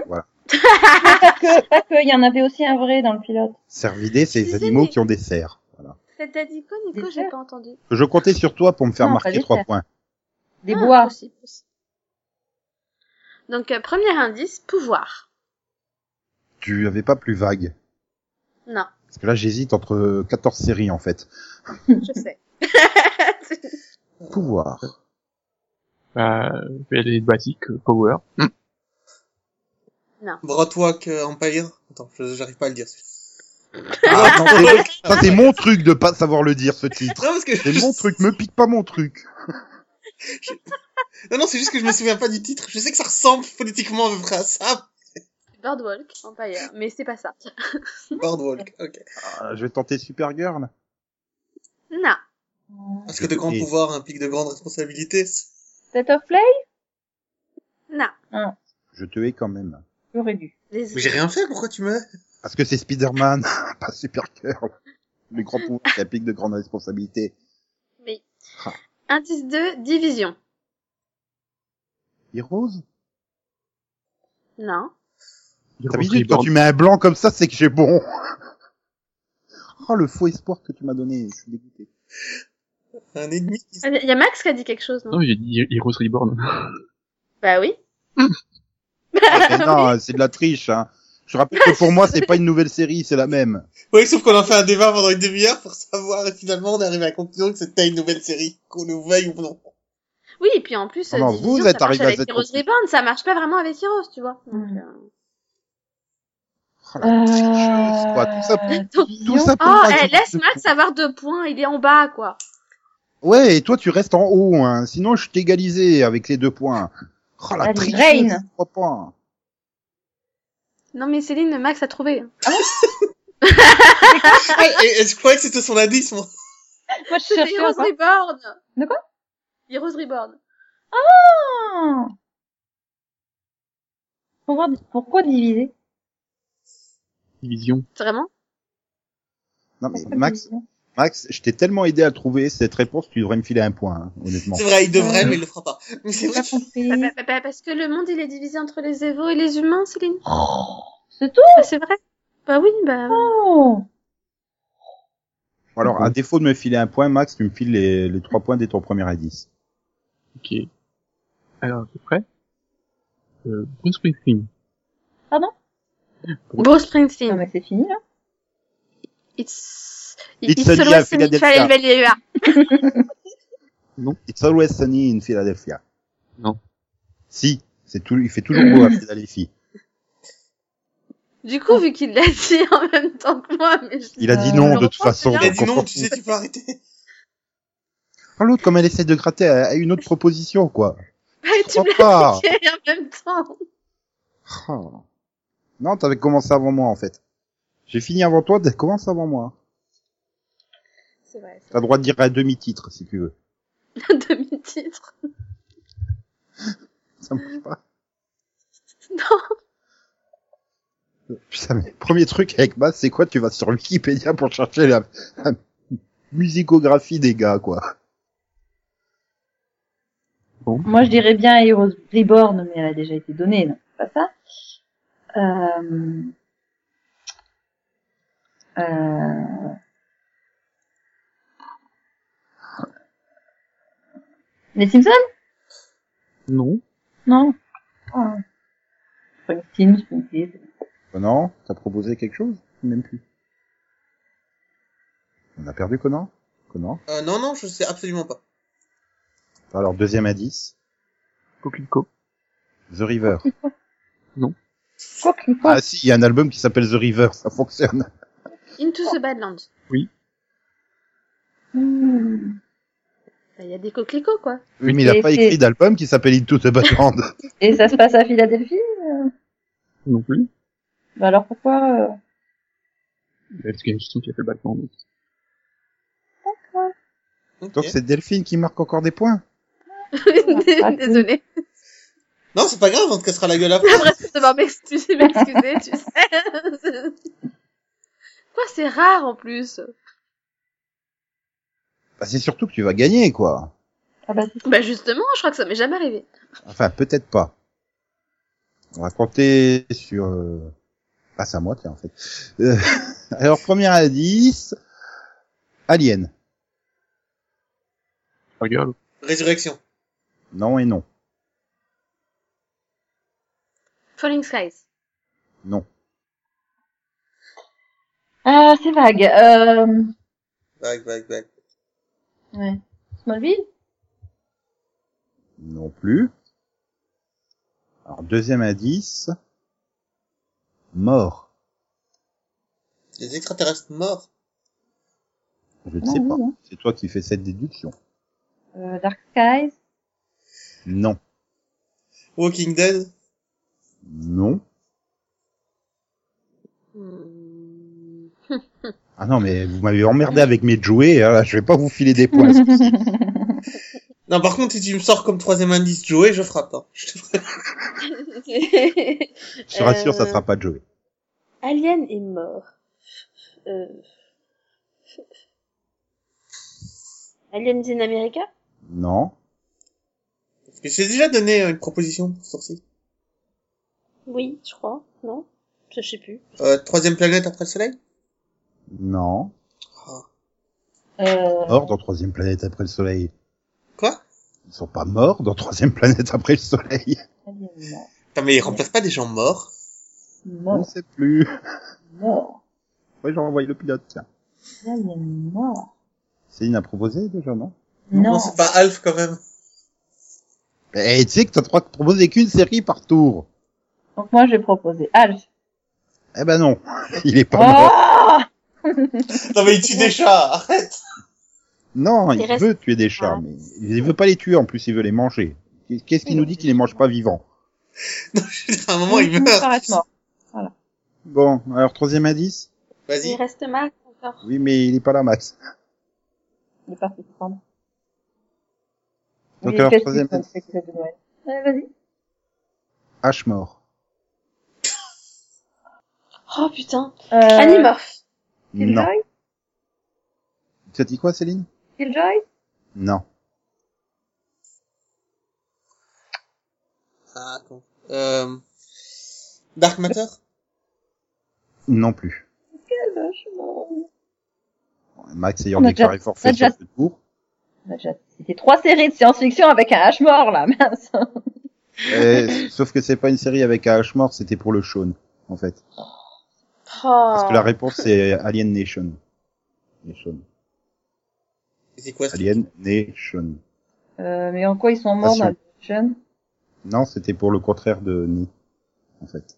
[SPEAKER 5] Pas que, pas que, il y en avait aussi un vrai dans le pilote.
[SPEAKER 1] Cervidés, c'est les
[SPEAKER 2] Excusez,
[SPEAKER 1] animaux
[SPEAKER 2] mais-
[SPEAKER 1] qui ont des cerfs. Voilà.
[SPEAKER 2] T'as- T'as dit quoi, Nico
[SPEAKER 5] Des
[SPEAKER 2] J'ai
[SPEAKER 5] cerfs.
[SPEAKER 2] pas entendu.
[SPEAKER 1] Je comptais sur toi pour me faire
[SPEAKER 5] Non, pas
[SPEAKER 1] marquer
[SPEAKER 5] des
[SPEAKER 1] trois
[SPEAKER 5] cerfs.
[SPEAKER 1] points.
[SPEAKER 5] Des
[SPEAKER 2] Ah,
[SPEAKER 5] bois.
[SPEAKER 2] possible, possible. Donc, euh, premier indice, pouvoir.
[SPEAKER 1] Tu avais pas plus vague.
[SPEAKER 2] Non,
[SPEAKER 1] Parce que là, j'hésite entre 14 séries, en fait.
[SPEAKER 2] je sais.
[SPEAKER 1] Pouvoir.
[SPEAKER 3] Bah, les basiques, euh, Power. Hmm.
[SPEAKER 4] Broadwalk euh, Empire. Attends, je- j'arrive pas à le dire.
[SPEAKER 1] Ah, non, c'est- ça, c'est mon truc de pas savoir le dire, ce titre.
[SPEAKER 4] Non, parce que
[SPEAKER 1] C'est mon truc, me pique pas mon truc.
[SPEAKER 4] non, non, c'est juste que je me souviens pas du titre. Je sais que ça ressemble politiquement à peu près à ça.
[SPEAKER 2] Boardwalk, Empire, mais c'est pas ça.
[SPEAKER 4] Boardwalk, ok.
[SPEAKER 1] Ah, je vais tenter Supergirl.
[SPEAKER 2] Non,
[SPEAKER 4] Parce que de grands
[SPEAKER 1] Et-
[SPEAKER 4] pouvoirs impliquent de grandes responsabilités.
[SPEAKER 5] Set of Play?
[SPEAKER 2] non.
[SPEAKER 1] Je te hais quand même.
[SPEAKER 5] J'aurais dû.
[SPEAKER 2] Les...
[SPEAKER 4] Mais j'ai rien fait, pourquoi tu me...
[SPEAKER 1] Parce que c'est Spider-Man, pas Supergirl. Le grand pouvoir qui implique de grandes responsabilités.
[SPEAKER 2] Oui.
[SPEAKER 1] Ah.
[SPEAKER 2] Indice 2, division.
[SPEAKER 1] Heroes
[SPEAKER 2] Non.
[SPEAKER 1] D'habitude, quand tu mets un blanc comme ça, c'est que j'ai bon. Oh, le faux espoir que tu m'as donné, je suis dégoûté.
[SPEAKER 4] Un ennemi qui...
[SPEAKER 2] Il Ah, y a Max qui a dit quelque chose, non
[SPEAKER 3] Non, j'ai dit Heroes Reborn.
[SPEAKER 2] Bah oui.
[SPEAKER 1] Mais Ah, ben non, c'est de la triche. Hein. Je rappelle que pour moi, c'est pas une nouvelle série, c'est la même.
[SPEAKER 4] Oui, sauf qu'on a fait un débat pendant une demi-heure pour savoir, et finalement, on est arrivé à la conclusion que c'était une nouvelle série, qu'on le veuille ou non.
[SPEAKER 2] Oui, et puis en plus,
[SPEAKER 1] Ah non,
[SPEAKER 2] euh, Division,
[SPEAKER 1] vous
[SPEAKER 2] ça
[SPEAKER 1] êtes
[SPEAKER 2] marche
[SPEAKER 1] arrivé à
[SPEAKER 2] avec
[SPEAKER 1] cette
[SPEAKER 2] Heroes
[SPEAKER 1] conclusion.
[SPEAKER 2] Reborn, ça marche pas vraiment avec Heroes, tu vois. Donc,
[SPEAKER 5] Mm.
[SPEAKER 2] euh,
[SPEAKER 1] Oh, la tricheuse, quoi. Tout ça,
[SPEAKER 5] Euh,
[SPEAKER 2] Donc,
[SPEAKER 1] tout ça pour
[SPEAKER 2] Oh,
[SPEAKER 1] pas
[SPEAKER 2] eh,
[SPEAKER 1] que-
[SPEAKER 2] laisse Max avoir deux points, il est en bas, quoi.
[SPEAKER 1] Ouais, et toi, tu restes en haut. Hein. Sinon, je t'égalisais avec les deux points. Oh, la
[SPEAKER 5] Allez,
[SPEAKER 1] tricheuse,
[SPEAKER 5] Rain.
[SPEAKER 1] trois points.
[SPEAKER 2] Non, mais Céline, Max a trouvé.
[SPEAKER 4] Ah, et, et je croyais que c'était son indice, moi.
[SPEAKER 5] Moi, je
[SPEAKER 2] C'était
[SPEAKER 5] cherchais
[SPEAKER 2] Heroes
[SPEAKER 5] encore.
[SPEAKER 2] Reborn.
[SPEAKER 5] De quoi
[SPEAKER 2] Heroes Reborn.
[SPEAKER 5] Ah. Pour voir- Pourquoi diviser
[SPEAKER 3] Division.
[SPEAKER 2] Vraiment
[SPEAKER 1] Non, mais
[SPEAKER 5] Pourquoi
[SPEAKER 1] Max,
[SPEAKER 5] diviser
[SPEAKER 1] Max, je t'ai tellement aidé à trouver cette réponse, tu devrais me filer un point, hein, honnêtement.
[SPEAKER 4] C'est vrai, il devrait,
[SPEAKER 5] Ouais.
[SPEAKER 4] mais il le fera pas. Mais c'est
[SPEAKER 5] J'ai
[SPEAKER 4] vrai.
[SPEAKER 5] pas compris.
[SPEAKER 2] Bah, bah, bah, bah, Parce que le monde, il est divisé entre les évos et les humains, Céline.
[SPEAKER 5] Oh, C'est tout
[SPEAKER 2] Bah, c'est vrai. Bah oui, bah...
[SPEAKER 5] Oh.
[SPEAKER 1] Alors, à défaut de me filer un point, Max, tu me files les, les trois points dès ton premier indice.
[SPEAKER 3] Ok. Alors, t'es prêt euh, Bruce Springsteen.
[SPEAKER 2] Bruce
[SPEAKER 5] Non,
[SPEAKER 2] Springsteen.
[SPEAKER 5] mais c'est fini, hein. là.
[SPEAKER 2] It's...
[SPEAKER 1] It's
[SPEAKER 2] It's,
[SPEAKER 1] Sunny à
[SPEAKER 2] always sunny in
[SPEAKER 1] Philadelphia.
[SPEAKER 2] Philadelphia.
[SPEAKER 1] It's always sunny in Philadelphia.
[SPEAKER 3] Non.
[SPEAKER 1] Si, c'est tout, il fait toujours beau à Philadelphie.
[SPEAKER 2] Du coup, vu qu'il l'a dit en même temps que moi, mais je...
[SPEAKER 1] Il a dit
[SPEAKER 5] Euh,
[SPEAKER 1] non
[SPEAKER 2] le
[SPEAKER 1] de toute
[SPEAKER 2] reproche,
[SPEAKER 1] façon.
[SPEAKER 2] c'est
[SPEAKER 4] Il a
[SPEAKER 1] donc
[SPEAKER 4] dit
[SPEAKER 1] on
[SPEAKER 4] non,
[SPEAKER 1] s'en
[SPEAKER 4] tu
[SPEAKER 1] fout.
[SPEAKER 4] sais, tu peux arrêter.
[SPEAKER 1] Ah, l'autre, comme elle essaie de gratter à à une autre proposition, quoi.
[SPEAKER 2] Bah, tu
[SPEAKER 1] Crois
[SPEAKER 2] me l'as
[SPEAKER 1] pas.
[SPEAKER 2] dit en même temps.
[SPEAKER 1] Oh. Non, t'avais commencé avant moi, en fait. J'ai fini avant toi, t'as commencé avant moi.
[SPEAKER 2] C'est vrai,
[SPEAKER 1] T'as le droit de dire un demi-titre, si tu veux.
[SPEAKER 2] c'est un demi-titre.
[SPEAKER 1] Ça marche pas.
[SPEAKER 2] Non,
[SPEAKER 1] Putain, mais le premier truc avec Max, c'est quoi? Tu vas sur Wikipédia pour chercher la, la musicographie des gars, quoi.
[SPEAKER 5] Moi, je dirais bien Heroes Reborn, mais elle a déjà été donnée, non c'est pas ça. Euh... Euh... Les Simpsons
[SPEAKER 3] Non.
[SPEAKER 5] Non. Oh. Springsteen, Springsteen.
[SPEAKER 1] Conan, t'as proposé quelque chose Même plus. On a perdu Conan Conan
[SPEAKER 4] Euh, non, non, je sais absolument pas.
[SPEAKER 1] Alors, deuxième indice,
[SPEAKER 3] Coquelicot.
[SPEAKER 1] The River.
[SPEAKER 5] Quoi qu'il faut.
[SPEAKER 1] Ah si, il y a un album qui s'appelle The River, ça fonctionne.
[SPEAKER 2] Into the Badlands.
[SPEAKER 5] Hmm.
[SPEAKER 2] Bah, Il y a des coquelicots, quoi.
[SPEAKER 1] Oui, mais il a
[SPEAKER 5] Et
[SPEAKER 1] pas
[SPEAKER 5] c'est-
[SPEAKER 1] écrit d'album qui s'appelle Into the Badland.
[SPEAKER 5] Et ça se passe à Philadelphie
[SPEAKER 3] Non plus.
[SPEAKER 5] Bah alors pourquoi euh,
[SPEAKER 3] Parce qu'il y a Justin qui a fait le Batman. donc.
[SPEAKER 4] Ok.
[SPEAKER 1] Donc c'est Delphine qui marque encore des points.
[SPEAKER 5] Ah,
[SPEAKER 2] Désolée.
[SPEAKER 4] Non, c'est pas grave, on te cassera la gueule après.
[SPEAKER 2] Après, ça va m'excuser, m'excuser, tu sais. Quoi, c'est rare en plus.
[SPEAKER 1] Bah, c'est surtout que tu vas gagner, quoi.
[SPEAKER 5] Ah bah si.
[SPEAKER 2] Bah justement, je crois que ça m'est jamais arrivé.
[SPEAKER 1] Enfin, peut-être pas. On va compter sur... euh, Bah, c'est à moi, tiens, en fait. Euh, Alors, premier indice, Alien.
[SPEAKER 3] Regarde.
[SPEAKER 4] Résurrection.
[SPEAKER 1] Non et non.
[SPEAKER 2] Falling Skies.
[SPEAKER 1] Non.
[SPEAKER 5] Ah, c'est vague. Euh...
[SPEAKER 4] Back, back, back.
[SPEAKER 5] Ouais. Smallville
[SPEAKER 1] Non plus. Alors, deuxième indice, mort.
[SPEAKER 4] Les extraterrestres morts.
[SPEAKER 1] Je ne
[SPEAKER 5] Non,
[SPEAKER 1] sais
[SPEAKER 5] oui,
[SPEAKER 1] pas.
[SPEAKER 5] non.
[SPEAKER 1] C'est toi qui fais cette déduction.
[SPEAKER 5] euh, Dark Skies
[SPEAKER 1] Non.
[SPEAKER 4] Walking Dead.
[SPEAKER 1] Non.
[SPEAKER 2] Hmm.
[SPEAKER 1] Ah non, mais vous m'avez emmerdé avec mes jouets, hein. je vais pas vous filer des points.
[SPEAKER 4] Non, par contre, si tu me sors comme troisième indice Joey, je frappe. hein. Je te préviens.
[SPEAKER 1] Je te rassure, ça
[SPEAKER 2] Euh,
[SPEAKER 1] sera pas Joey.
[SPEAKER 2] Alien est mort. Euh... Aliens in America
[SPEAKER 1] Non.
[SPEAKER 4] Parce que j'ai déjà donné euh, une proposition pour sorcier.
[SPEAKER 2] Oui, je crois. Non Je sais plus.
[SPEAKER 4] Euh, troisième planète après le soleil
[SPEAKER 1] Non.
[SPEAKER 4] Ah.
[SPEAKER 5] euh...
[SPEAKER 1] Mort dans troisième planète après le soleil.
[SPEAKER 4] Quoi
[SPEAKER 1] Ils sont pas morts dans troisième planète après le soleil.
[SPEAKER 5] Alien, non.
[SPEAKER 4] Putain, mais ils remplacent pas des gens morts.
[SPEAKER 1] On
[SPEAKER 5] Mort,
[SPEAKER 1] sait plus.
[SPEAKER 5] mort,
[SPEAKER 1] Ouais, j'ai renvoyé le pilote, tiens.
[SPEAKER 5] Alien, mort.
[SPEAKER 1] Céline a proposé déjà, non
[SPEAKER 5] Non,
[SPEAKER 4] c'est pas Alf quand même.
[SPEAKER 1] Eh, tu sais que t'as trois proposé qu'une série par tour.
[SPEAKER 5] donc moi j'ai proposé Alf.
[SPEAKER 1] Eh ben non, il est pas mort.
[SPEAKER 5] Oh
[SPEAKER 4] Non, mais il tue des chats, arrête
[SPEAKER 1] Non,
[SPEAKER 2] Il
[SPEAKER 1] il
[SPEAKER 2] reste-
[SPEAKER 1] veut tuer des chats,
[SPEAKER 2] Ouais.
[SPEAKER 1] mais il veut pas les tuer en plus, il veut les manger. Qu'est-ce qui nous dit qu'il les mange pas vivants
[SPEAKER 4] Non, je veux dire, à un moment, il
[SPEAKER 5] Ils
[SPEAKER 4] meurt.
[SPEAKER 5] paraissent morts.
[SPEAKER 1] Bon, alors troisième indice
[SPEAKER 2] Il
[SPEAKER 4] Vas-y.
[SPEAKER 2] reste Max encore.
[SPEAKER 1] Oui, mais il est pas là, Max.
[SPEAKER 5] Il est parti se prendre.
[SPEAKER 1] Donc
[SPEAKER 5] Oui,
[SPEAKER 1] alors,
[SPEAKER 5] qu'est-ce
[SPEAKER 1] troisième
[SPEAKER 5] qu'ils font, ces fêtes de Noël Ouais, Vas-y.
[SPEAKER 1] H mort.
[SPEAKER 2] Oh putain.
[SPEAKER 5] Euh...
[SPEAKER 2] Animorph.
[SPEAKER 1] Non.
[SPEAKER 5] Killjoy
[SPEAKER 1] Tu as dit quoi, Céline
[SPEAKER 5] Killjoy
[SPEAKER 1] Non.
[SPEAKER 4] Ah, attends. Euh... Dark Matter
[SPEAKER 1] Non plus.
[SPEAKER 5] Quel vachement.
[SPEAKER 1] Max ayant
[SPEAKER 5] On a
[SPEAKER 1] déclaré forfait
[SPEAKER 5] on a déjà-
[SPEAKER 1] sur ce tour.
[SPEAKER 5] On a déjà cité trois séries de science-fiction avec un H mort là, mince.
[SPEAKER 1] Euh, sauf que c'est pas une série avec un H mort, c'était pour le Shaun, en fait.
[SPEAKER 2] Oh.
[SPEAKER 1] Parce
[SPEAKER 5] Ah.
[SPEAKER 1] que la réponse c'est Alien Nation. Nation.
[SPEAKER 4] C'est quoi ce
[SPEAKER 1] Alien Nation.
[SPEAKER 5] Euh, mais en quoi ils sont morts
[SPEAKER 1] sûr.
[SPEAKER 5] dans Alien
[SPEAKER 1] Non, c'était pour le contraire de Ni, en fait.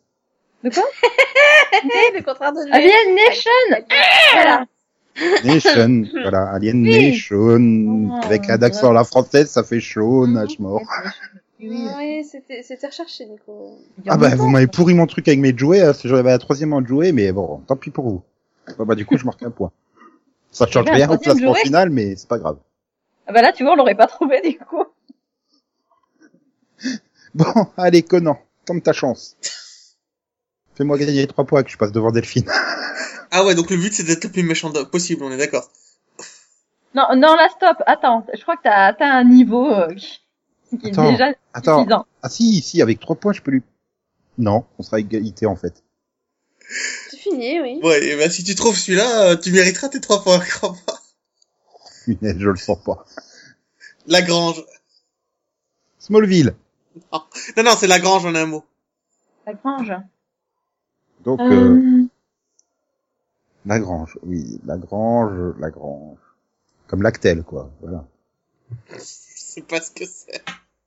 [SPEAKER 2] le contraire de
[SPEAKER 5] Alien Nation Voilà.
[SPEAKER 1] Nation, voilà, Alien
[SPEAKER 5] Oui.
[SPEAKER 1] Nation.
[SPEAKER 5] Ah,
[SPEAKER 1] Avec un
[SPEAKER 5] ouais.
[SPEAKER 1] accent à la française, ça fait
[SPEAKER 5] Ah,
[SPEAKER 1] Shaun, H mort.
[SPEAKER 5] Oui.
[SPEAKER 2] Oui, c'était c'était recherché, Nico.
[SPEAKER 5] Il y
[SPEAKER 1] Ah
[SPEAKER 5] en a
[SPEAKER 1] bah
[SPEAKER 5] pas.
[SPEAKER 1] vous m'avez pourri mon truc avec mes jouets, hein, parce que j'avais la troisième en jouet, mais bon, tant pis pour vous. Bah, bah, du coup je marque un point. Ça change
[SPEAKER 5] bien,
[SPEAKER 1] rien au
[SPEAKER 5] troisième
[SPEAKER 1] classement
[SPEAKER 5] jouet.
[SPEAKER 1] final, mais c'est pas grave.
[SPEAKER 5] Ah bah là, tu vois, on l'aurait pas trouvé du coup.
[SPEAKER 1] Bon, allez Conan, tente ta chance. Fais-moi gagner les trois points que je passe devant Delphine.
[SPEAKER 4] truc Ah ouais, donc le but c'est d'être le plus méchant de- possible, on est d'accord.
[SPEAKER 5] Non, non, là, stop. Attends, je crois que t'as atteint un niveau euh, qui qui est
[SPEAKER 1] Attends,
[SPEAKER 5] déjà
[SPEAKER 1] Attends,
[SPEAKER 5] suffisant.
[SPEAKER 1] ah si, si, avec trois points je peux lui... Non, on sera à égalité en fait.
[SPEAKER 2] C'est fini, oui.
[SPEAKER 4] Ouais, et ben si tu trouves celui-là, euh, tu mériteras tes trois points, crois-moi.
[SPEAKER 1] Punaise, je le sens pas.
[SPEAKER 4] Lagrange.
[SPEAKER 1] Smallville.
[SPEAKER 4] Non, non, c'est Lagrange en un mot.
[SPEAKER 5] La grange.
[SPEAKER 1] Donc, euh,
[SPEAKER 5] Euh,
[SPEAKER 1] Lagrange, oui, Lagrange, Lagrange. Comme Lactel, quoi, voilà.
[SPEAKER 4] Je sais pas ce que c'est.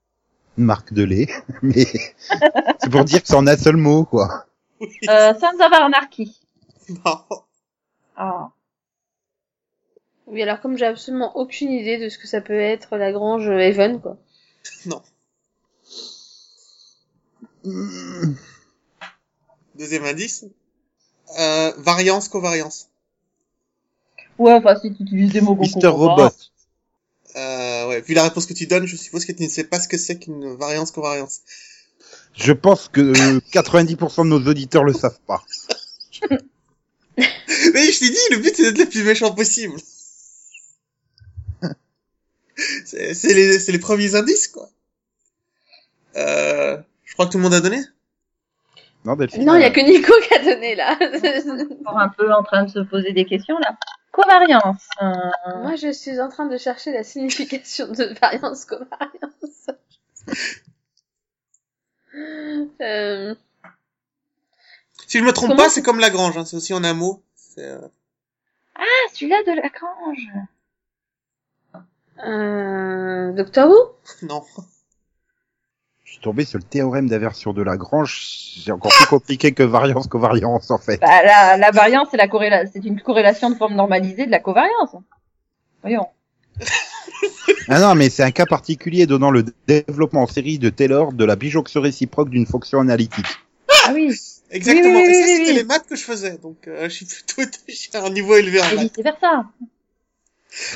[SPEAKER 1] Une marque de lait, mais c'est pour dire que c'en a un seul mot, quoi.
[SPEAKER 4] Oui.
[SPEAKER 5] euh, Sons of Anarchy.
[SPEAKER 4] Non.
[SPEAKER 5] Ah.
[SPEAKER 2] Oui, alors comme j'ai absolument aucune idée de ce que ça peut être la grange Heaven, quoi.
[SPEAKER 1] Hmm,
[SPEAKER 4] Deuxième indice. Euh, variance, covariance.
[SPEAKER 5] Ouais, enfin, si tu utilises des mots qu'on
[SPEAKER 1] Mister
[SPEAKER 5] comprend pas.
[SPEAKER 1] Robot.
[SPEAKER 4] Euh, ouais, vu la réponse que tu donnes, je suppose que tu ne sais pas ce que c'est qu'une variance, covariance.
[SPEAKER 1] Je pense que euh, 90% de nos auditeurs le savent pas.
[SPEAKER 4] Mais je t'ai dit, le but c'est d'être le plus méchant possible. c'est c'est les, c'est les premiers indices, quoi. Euh, je crois que tout le monde a donné.
[SPEAKER 1] Non, Delphine.
[SPEAKER 2] Non, il y a
[SPEAKER 1] euh,
[SPEAKER 2] que Nico qui a donné là.
[SPEAKER 5] Encore un peu en train de se poser des questions, là. Covariance. Euh,
[SPEAKER 2] Moi, je suis en train de chercher la signification de variance covariance. euh...
[SPEAKER 4] Si je me trompe
[SPEAKER 2] Comment
[SPEAKER 4] pas, c'est comme Lagrange, hein. c'est aussi en un mot. C'est, euh,
[SPEAKER 5] Ah, celui-là de Lagrange.
[SPEAKER 2] Euh... Doctor Who
[SPEAKER 4] Non.
[SPEAKER 1] Je suis tombé sur le théorème d'aversion de Lagrange. C'est encore plus compliqué que variance covariance, en fait.
[SPEAKER 5] Bah, la, la variance, c'est la corréla... c'est une corrélation de forme normalisée de la covariance. Voyons.
[SPEAKER 1] Ah non, mais c'est un cas particulier donnant le développement en série de Taylor de la bijonction réciproque d'une fonction analytique.
[SPEAKER 5] Ah oui.
[SPEAKER 4] Exactement.
[SPEAKER 5] Oui, oui,
[SPEAKER 4] Et ça,
[SPEAKER 5] oui, oui,
[SPEAKER 4] c'était
[SPEAKER 5] oui.
[SPEAKER 4] les maths que je faisais, donc euh, je suis plutôt j'ai un niveau élevé
[SPEAKER 1] Ah,
[SPEAKER 4] en
[SPEAKER 5] Et
[SPEAKER 4] maths.
[SPEAKER 5] vice versa.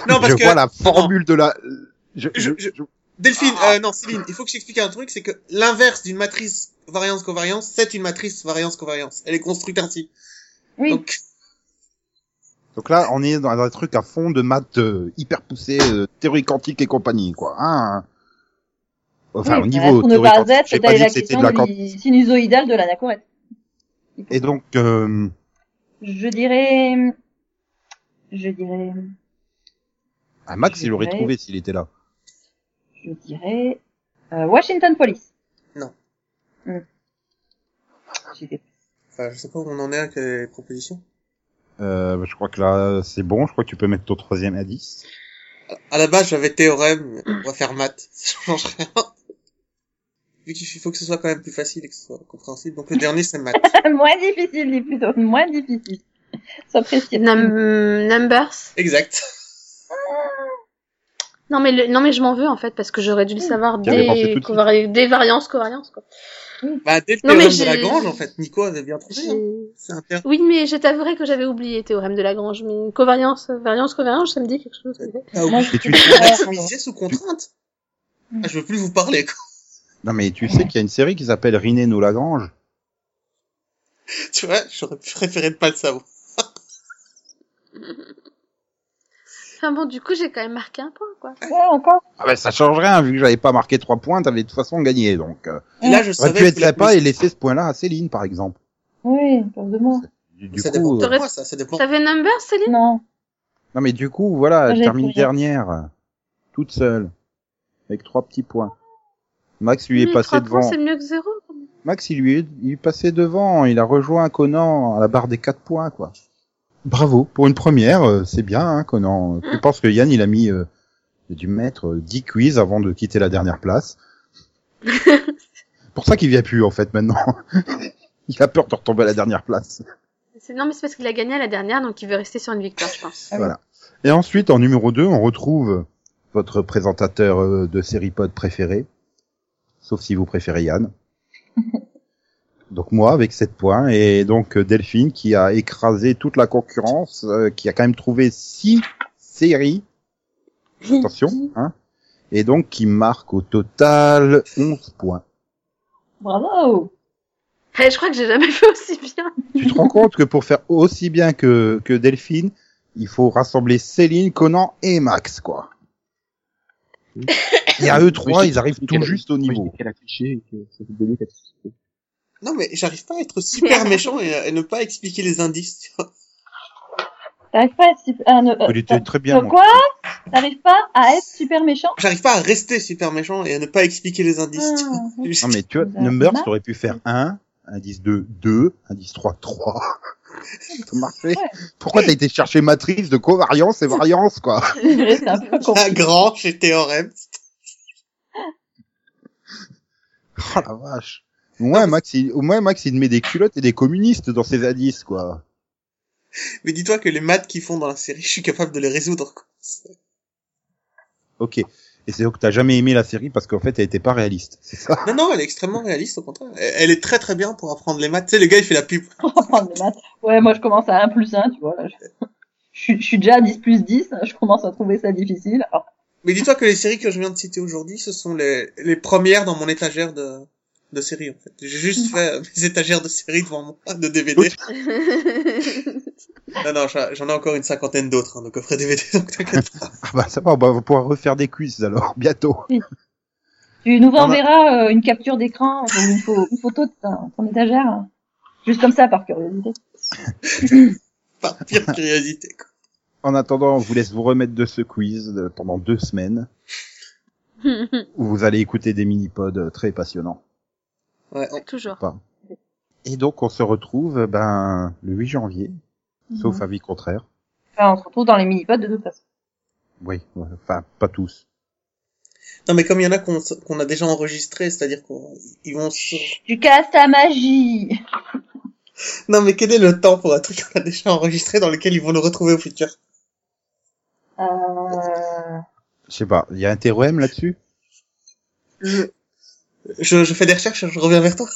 [SPEAKER 4] Non, parce
[SPEAKER 1] je
[SPEAKER 4] que
[SPEAKER 1] vois la formule de la... Je,
[SPEAKER 4] Je-
[SPEAKER 1] je- je-
[SPEAKER 4] Delphine,
[SPEAKER 1] Ah.
[SPEAKER 4] euh, non Céline, il faut que j'explique un truc, c'est que l'inverse d'une matrice variance covariance, c'est une matrice variance covariance. Elle est construite ainsi.
[SPEAKER 5] Oui.
[SPEAKER 4] Donc
[SPEAKER 1] Donc là, on est dans un truc à fond de maths euh, hyper poussé, euh, théorie quantique et compagnie, quoi. Hein enfin,
[SPEAKER 5] Oui,
[SPEAKER 1] au
[SPEAKER 5] bah,
[SPEAKER 1] niveau théorie
[SPEAKER 5] la tourne
[SPEAKER 1] quantique,
[SPEAKER 5] basette,
[SPEAKER 1] j'ai
[SPEAKER 5] c'est
[SPEAKER 1] pas dit
[SPEAKER 5] la
[SPEAKER 1] que c'était
[SPEAKER 5] question
[SPEAKER 1] de la
[SPEAKER 5] de
[SPEAKER 1] quantique.
[SPEAKER 5] l'i- sinusoïdale hein, de l'anachorète.
[SPEAKER 1] Et donc, euh,
[SPEAKER 5] Je dirais, je dirais,
[SPEAKER 1] ah, Max, il aurait
[SPEAKER 5] Ouais.
[SPEAKER 1] trouvé s'il était là.
[SPEAKER 5] je dirais, euh, Washington Police.
[SPEAKER 4] Non.
[SPEAKER 5] Hmm. J'étais-
[SPEAKER 4] Enfin, je sais pas où on en est avec les propositions.
[SPEAKER 1] Euh, je crois que là, c'est bon. Je crois que tu peux mettre ton troisième indice.
[SPEAKER 4] À la base, j'avais théorème, mais on va faire maths, ça change rien. Vu qu'il faut que ce soit quand même plus facile et que ce soit compréhensible, donc le dernier c'est maths.
[SPEAKER 5] moins difficile, dis plutôt, moins difficile. Sois précis.
[SPEAKER 2] Num- Numbers
[SPEAKER 4] Exact.
[SPEAKER 2] Non mais le- non mais je m'en veux en fait parce que j'aurais dû le savoir
[SPEAKER 1] Tiens, mais pensez
[SPEAKER 2] dès
[SPEAKER 1] tout de suite.
[SPEAKER 2] covari- dès variance covariance quoi.
[SPEAKER 4] Bah, dès le
[SPEAKER 2] Non, mais
[SPEAKER 4] théorème de
[SPEAKER 2] j'ai-
[SPEAKER 4] Lagrange, en fait, Nico avait bien trouvé. hein.
[SPEAKER 2] J'ai-
[SPEAKER 4] C'est un théorème.
[SPEAKER 2] Oui mais je t'avouerai que j'avais oublié théorème de Lagrange mais covariance variance covariance ça me dit quelque chose.
[SPEAKER 4] Ah, oui.
[SPEAKER 1] Et tu-
[SPEAKER 4] Max me disait sous contrainte.
[SPEAKER 5] Mm.
[SPEAKER 4] Ah, je veux plus vous parler, quoi.
[SPEAKER 1] Non, mais tu sais qu'il y a une série qui s'appelle Riné nos Lagrange.
[SPEAKER 4] Tu vois, j'aurais préféré ne pas le savoir.
[SPEAKER 2] Enfin bon du coup j'ai quand même marqué un point quoi.
[SPEAKER 5] Ouais, encore.
[SPEAKER 1] Ah ben, ça change rien. Vu que j'avais pas marqué trois points, t'avais de toute façon gagné. Donc, euh,
[SPEAKER 4] Et là, je
[SPEAKER 1] aurais
[SPEAKER 4] savais
[SPEAKER 1] pu
[SPEAKER 4] que
[SPEAKER 1] être
[SPEAKER 4] la-
[SPEAKER 1] sympa et laisser ce point-là à Céline, par exemple.
[SPEAKER 5] Oui, pour de moi.
[SPEAKER 1] Du, du
[SPEAKER 4] Ça dépend
[SPEAKER 1] coup,
[SPEAKER 4] de
[SPEAKER 1] euh,
[SPEAKER 4] moi, ça, ça dépend.
[SPEAKER 2] T'avais Numbers Céline
[SPEAKER 5] Non.
[SPEAKER 1] non, mais du coup, voilà,
[SPEAKER 2] Ah,
[SPEAKER 5] Moi,
[SPEAKER 1] elle
[SPEAKER 5] j'ai
[SPEAKER 1] termine
[SPEAKER 5] plus rien.
[SPEAKER 1] dernière. euh, Toute seule. Avec trois petits points. Max lui
[SPEAKER 2] Mais
[SPEAKER 1] est passé
[SPEAKER 2] Hmm, trois points,
[SPEAKER 1] devant.
[SPEAKER 2] c'est mieux que zéro.
[SPEAKER 1] Max, il lui est, il est passé devant. Il a rejoint Conan à la barre des quatre points, quoi. Bravo. Pour une première, euh, c'est bien, hein,
[SPEAKER 2] Hmm.
[SPEAKER 1] Conan. Je pense que Yann, il a mis, euh, il a dû mettre euh, 10 quiz avant de quitter la dernière place. pour ça qu'il vient plus, en fait, maintenant. il a peur de retomber à la dernière place.
[SPEAKER 2] C'est- Non mais c'est parce qu'il a gagné à la dernière donc il veut rester sur une victoire je pense.
[SPEAKER 5] Ah oui.
[SPEAKER 1] Voilà. Et ensuite, en numéro 2, on retrouve votre présentateur euh, de série pod préféré. Sauf si vous préférez Yann. Donc moi avec 7 points et donc euh, Delphine qui a écrasé toute la concurrence, euh, qui a quand même trouvé 6 séries, attention, hein, et donc qui marque au total 11 points.
[SPEAKER 5] Bravo.
[SPEAKER 2] Eh, je crois que j'ai jamais fait aussi bien.
[SPEAKER 1] Tu te rends compte que pour faire aussi bien que, que Delphine, il faut rassembler Céline, Conan et Max, quoi. Et à eux trois, ils arrivent tout juste au niveau.
[SPEAKER 3] Qu'elle a triché et que ça vous donnait qu'elle a
[SPEAKER 4] Non, mais j'arrive pas à être super méchant et, et ne pas expliquer les indices, tu vois.
[SPEAKER 5] T'arrives pas à être super, ah, ne- euh,
[SPEAKER 1] Il était très bien.
[SPEAKER 5] Donc
[SPEAKER 1] moi.
[SPEAKER 5] quoi T'arrives pas à être super méchant
[SPEAKER 4] J'arrive pas à rester super méchant et à ne pas expliquer les indices, tu vois.
[SPEAKER 5] Ah,
[SPEAKER 1] Non mais tu vois,
[SPEAKER 5] Bah,
[SPEAKER 1] Numbers,
[SPEAKER 5] Max.
[SPEAKER 1] t'aurais pu faire un, indice 2, 2, indice 3, 3. Ça marchait. Pourquoi t'as été chercher matrice de covariance et variance, quoi
[SPEAKER 5] C'est un peu con.
[SPEAKER 4] Un grand chez Théorème.
[SPEAKER 1] Oh la vache. Au moins, Max, il, au moins, Max, il met des culottes et des communistes dans ses indices, quoi.
[SPEAKER 4] Mais dis-toi que les maths qu'ils font dans la série, je suis capable de les résoudre. quoi. C'est-
[SPEAKER 1] Ok. Et c'est donc que t'as jamais aimé la série parce qu'en fait, elle était pas réaliste. C'est ça
[SPEAKER 4] Non, non, elle est extrêmement réaliste, au contraire. Elle elle est très très bien pour apprendre les maths. Tu sais, le gars, il fait la pub.
[SPEAKER 5] Prendre les maths. Ouais, moi je commence à 1 plus 1, tu vois. Là, je... je suis- je suis déjà à 10 plus 10, hein, je commence à trouver ça difficile. Alors,
[SPEAKER 4] Mais dis-toi que les séries que je viens de citer aujourd'hui, ce sont les, les premières dans mon étagère de, de séries, en fait. J'ai juste fait euh, mes étagères de séries devant moi, de DVD. Non, non, j'en j'en ai encore une cinquantaine d'autres, hein, de coffrets DVD, donc t'inquiète pas.
[SPEAKER 1] Ah bah ça va, on va- on va pouvoir refaire des quiz alors, bientôt.
[SPEAKER 5] tu nous
[SPEAKER 4] a-
[SPEAKER 5] enverras euh, une capture d'écran ou une, pho- une photo de ta- ton étagère. hein. Juste comme ça, par curiosité.
[SPEAKER 4] Par pure curiosité, quoi.
[SPEAKER 1] En attendant, on vous laisse vous remettre de ce quiz euh, pendant deux semaines, où vous allez écouter des mini-pods euh, très passionnants.
[SPEAKER 4] Ouais, on-
[SPEAKER 2] Toujours.
[SPEAKER 1] Et donc, on se retrouve, euh, ben, le 8 janvier,
[SPEAKER 5] Mhm.
[SPEAKER 1] sauf avis contraire.
[SPEAKER 5] Enfin, on se retrouve dans les mini-pods de toute façon.
[SPEAKER 1] Oui, ouais, enfin, pas tous.
[SPEAKER 4] Non, mais comme il y en a qu'on s- qu'on a déjà enregistré, c'est-à-dire qu'on ils vont se...
[SPEAKER 5] Tu casses la magie
[SPEAKER 4] Non, mais quel est le temps pour un truc qu'on a déjà enregistré dans lequel ils vont nous retrouver au futur
[SPEAKER 5] Euh,
[SPEAKER 1] Je sais pas, il y a un théorème là-dessus
[SPEAKER 4] je, je fais des recherches, je reviens vers toi.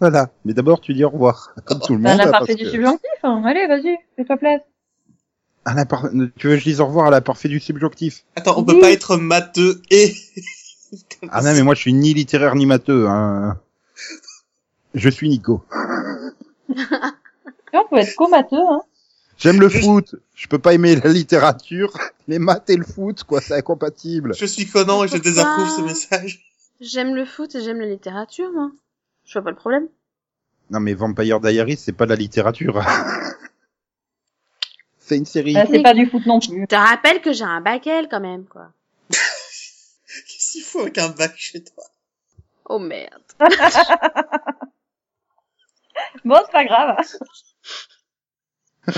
[SPEAKER 1] Voilà. Mais d'abord, tu dis au revoir, comme tout le
[SPEAKER 5] bah,
[SPEAKER 1] monde. hein,
[SPEAKER 5] l'imparfait
[SPEAKER 1] parce
[SPEAKER 5] du
[SPEAKER 1] que-
[SPEAKER 5] subjonctif, hein. allez, vas-y, fais-toi plaisir.
[SPEAKER 1] À l'impar- euh, Tu veux que je dise au revoir à la parfait du subjonctif
[SPEAKER 4] Attends, on
[SPEAKER 5] Oui.
[SPEAKER 4] peut pas être matheux et...
[SPEAKER 1] Ah non, mais moi, je suis ni littéraire ni matheux. Hein. Je suis Nico.
[SPEAKER 5] Tu vois, on peut être comateux, hein.
[SPEAKER 1] J'aime le foot. Je peux pas aimer la littérature, les maths et le foot, quoi. C'est incompatible.
[SPEAKER 4] Je suis Conan et je
[SPEAKER 2] Pourquoi
[SPEAKER 4] désapprouve ce message.
[SPEAKER 2] J'aime le foot et j'aime la littérature, moi. Je vois pas le problème.
[SPEAKER 1] Non, mais Vampire Diaries, c'est pas de la littérature. c'est une série.
[SPEAKER 5] Bah, c'est pas du foot non plus.
[SPEAKER 2] Je te rappelle que j'ai un bac L quand même, quoi.
[SPEAKER 4] Qu'est-ce qu'il faut avec un bac chez toi
[SPEAKER 2] Oh merde.
[SPEAKER 5] Bon, c'est pas grave. hein.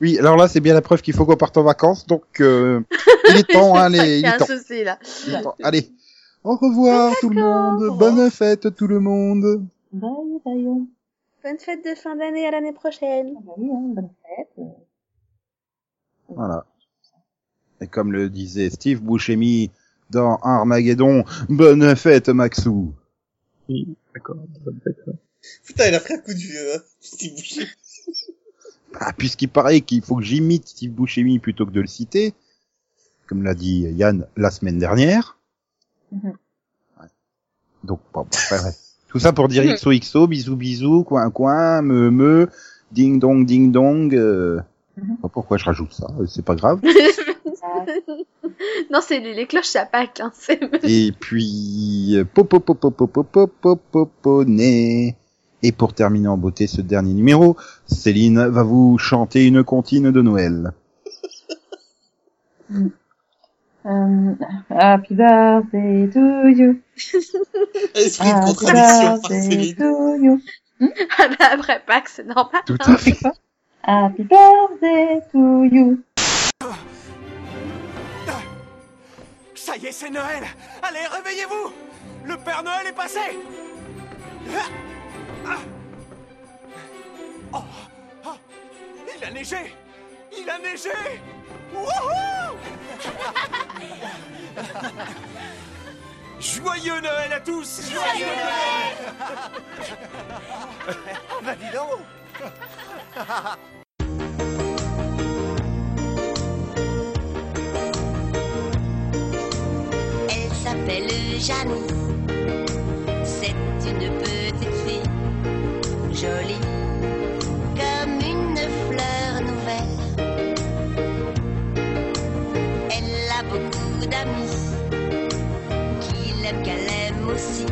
[SPEAKER 1] Oui, alors là, c'est bien la preuve qu'il faut qu'on parte en vacances. Donc, euh, il est temps, hein, les... il
[SPEAKER 2] Il y a
[SPEAKER 1] est
[SPEAKER 2] un
[SPEAKER 1] temps.
[SPEAKER 2] souci, là.
[SPEAKER 1] il est temps. Allez, au revoir tout le monde. Bonne fête tout le monde.
[SPEAKER 5] Bye, bye, hein.
[SPEAKER 2] Bonne fête de fin d'année à l'année prochaine.
[SPEAKER 5] Ah bah oui, hein, bonne fête.
[SPEAKER 1] Voilà. Et comme le disait Steve Buscemi dans Armageddon, bonne fête Maxou.
[SPEAKER 3] Oui, d'accord. bonne fête.
[SPEAKER 4] Putain, il a pris un coup de vieux. hein. Steve Buscemi.
[SPEAKER 1] Ah, puisqu'il paraît qu'il faut que j'imite Steve Buscemi plutôt que de le citer, comme l'a dit Yann la semaine dernière.
[SPEAKER 5] Mhm.
[SPEAKER 1] Ouais. Donc, bon, bon, ouais, ouais. tout ça pour dire XOXO, bisous bisous, coin coin, me me, ding dong ding dong. euh,
[SPEAKER 5] Mhm.
[SPEAKER 1] je sais pas pourquoi je rajoute ça, euh, c'est pas grave.
[SPEAKER 2] non, c'est les, les cloches à Pâques, hein. C'est...
[SPEAKER 1] Et puis, euh, po po po po po po po po po po né. Et pour terminer en beauté ce dernier numéro, Céline va vous chanter une comptine de Noël.
[SPEAKER 5] Euh, happy birthday to you.
[SPEAKER 4] Esprit de
[SPEAKER 5] Happy
[SPEAKER 4] contradiction par
[SPEAKER 5] birthday
[SPEAKER 4] Céline.
[SPEAKER 5] to you.
[SPEAKER 2] Ah bah, après Pâques, c'est normal.
[SPEAKER 1] Tout à fait.
[SPEAKER 5] Happy birthday to you.
[SPEAKER 6] Ça y est, c'est Noël Allez, réveillez-vous Le Père Noël est passé Ah Ah Oh Ah Il a neigé Il a neigé Wouhou Joyeux Noël à tous Joyeux Noël Ah bah dis donc
[SPEAKER 7] Elle s'appelle Jeanne. C'est une petite fille, jolie comme une fleur nouvelle. Elle a beaucoup d'amis qui l'aiment, qu'elle aime aussi.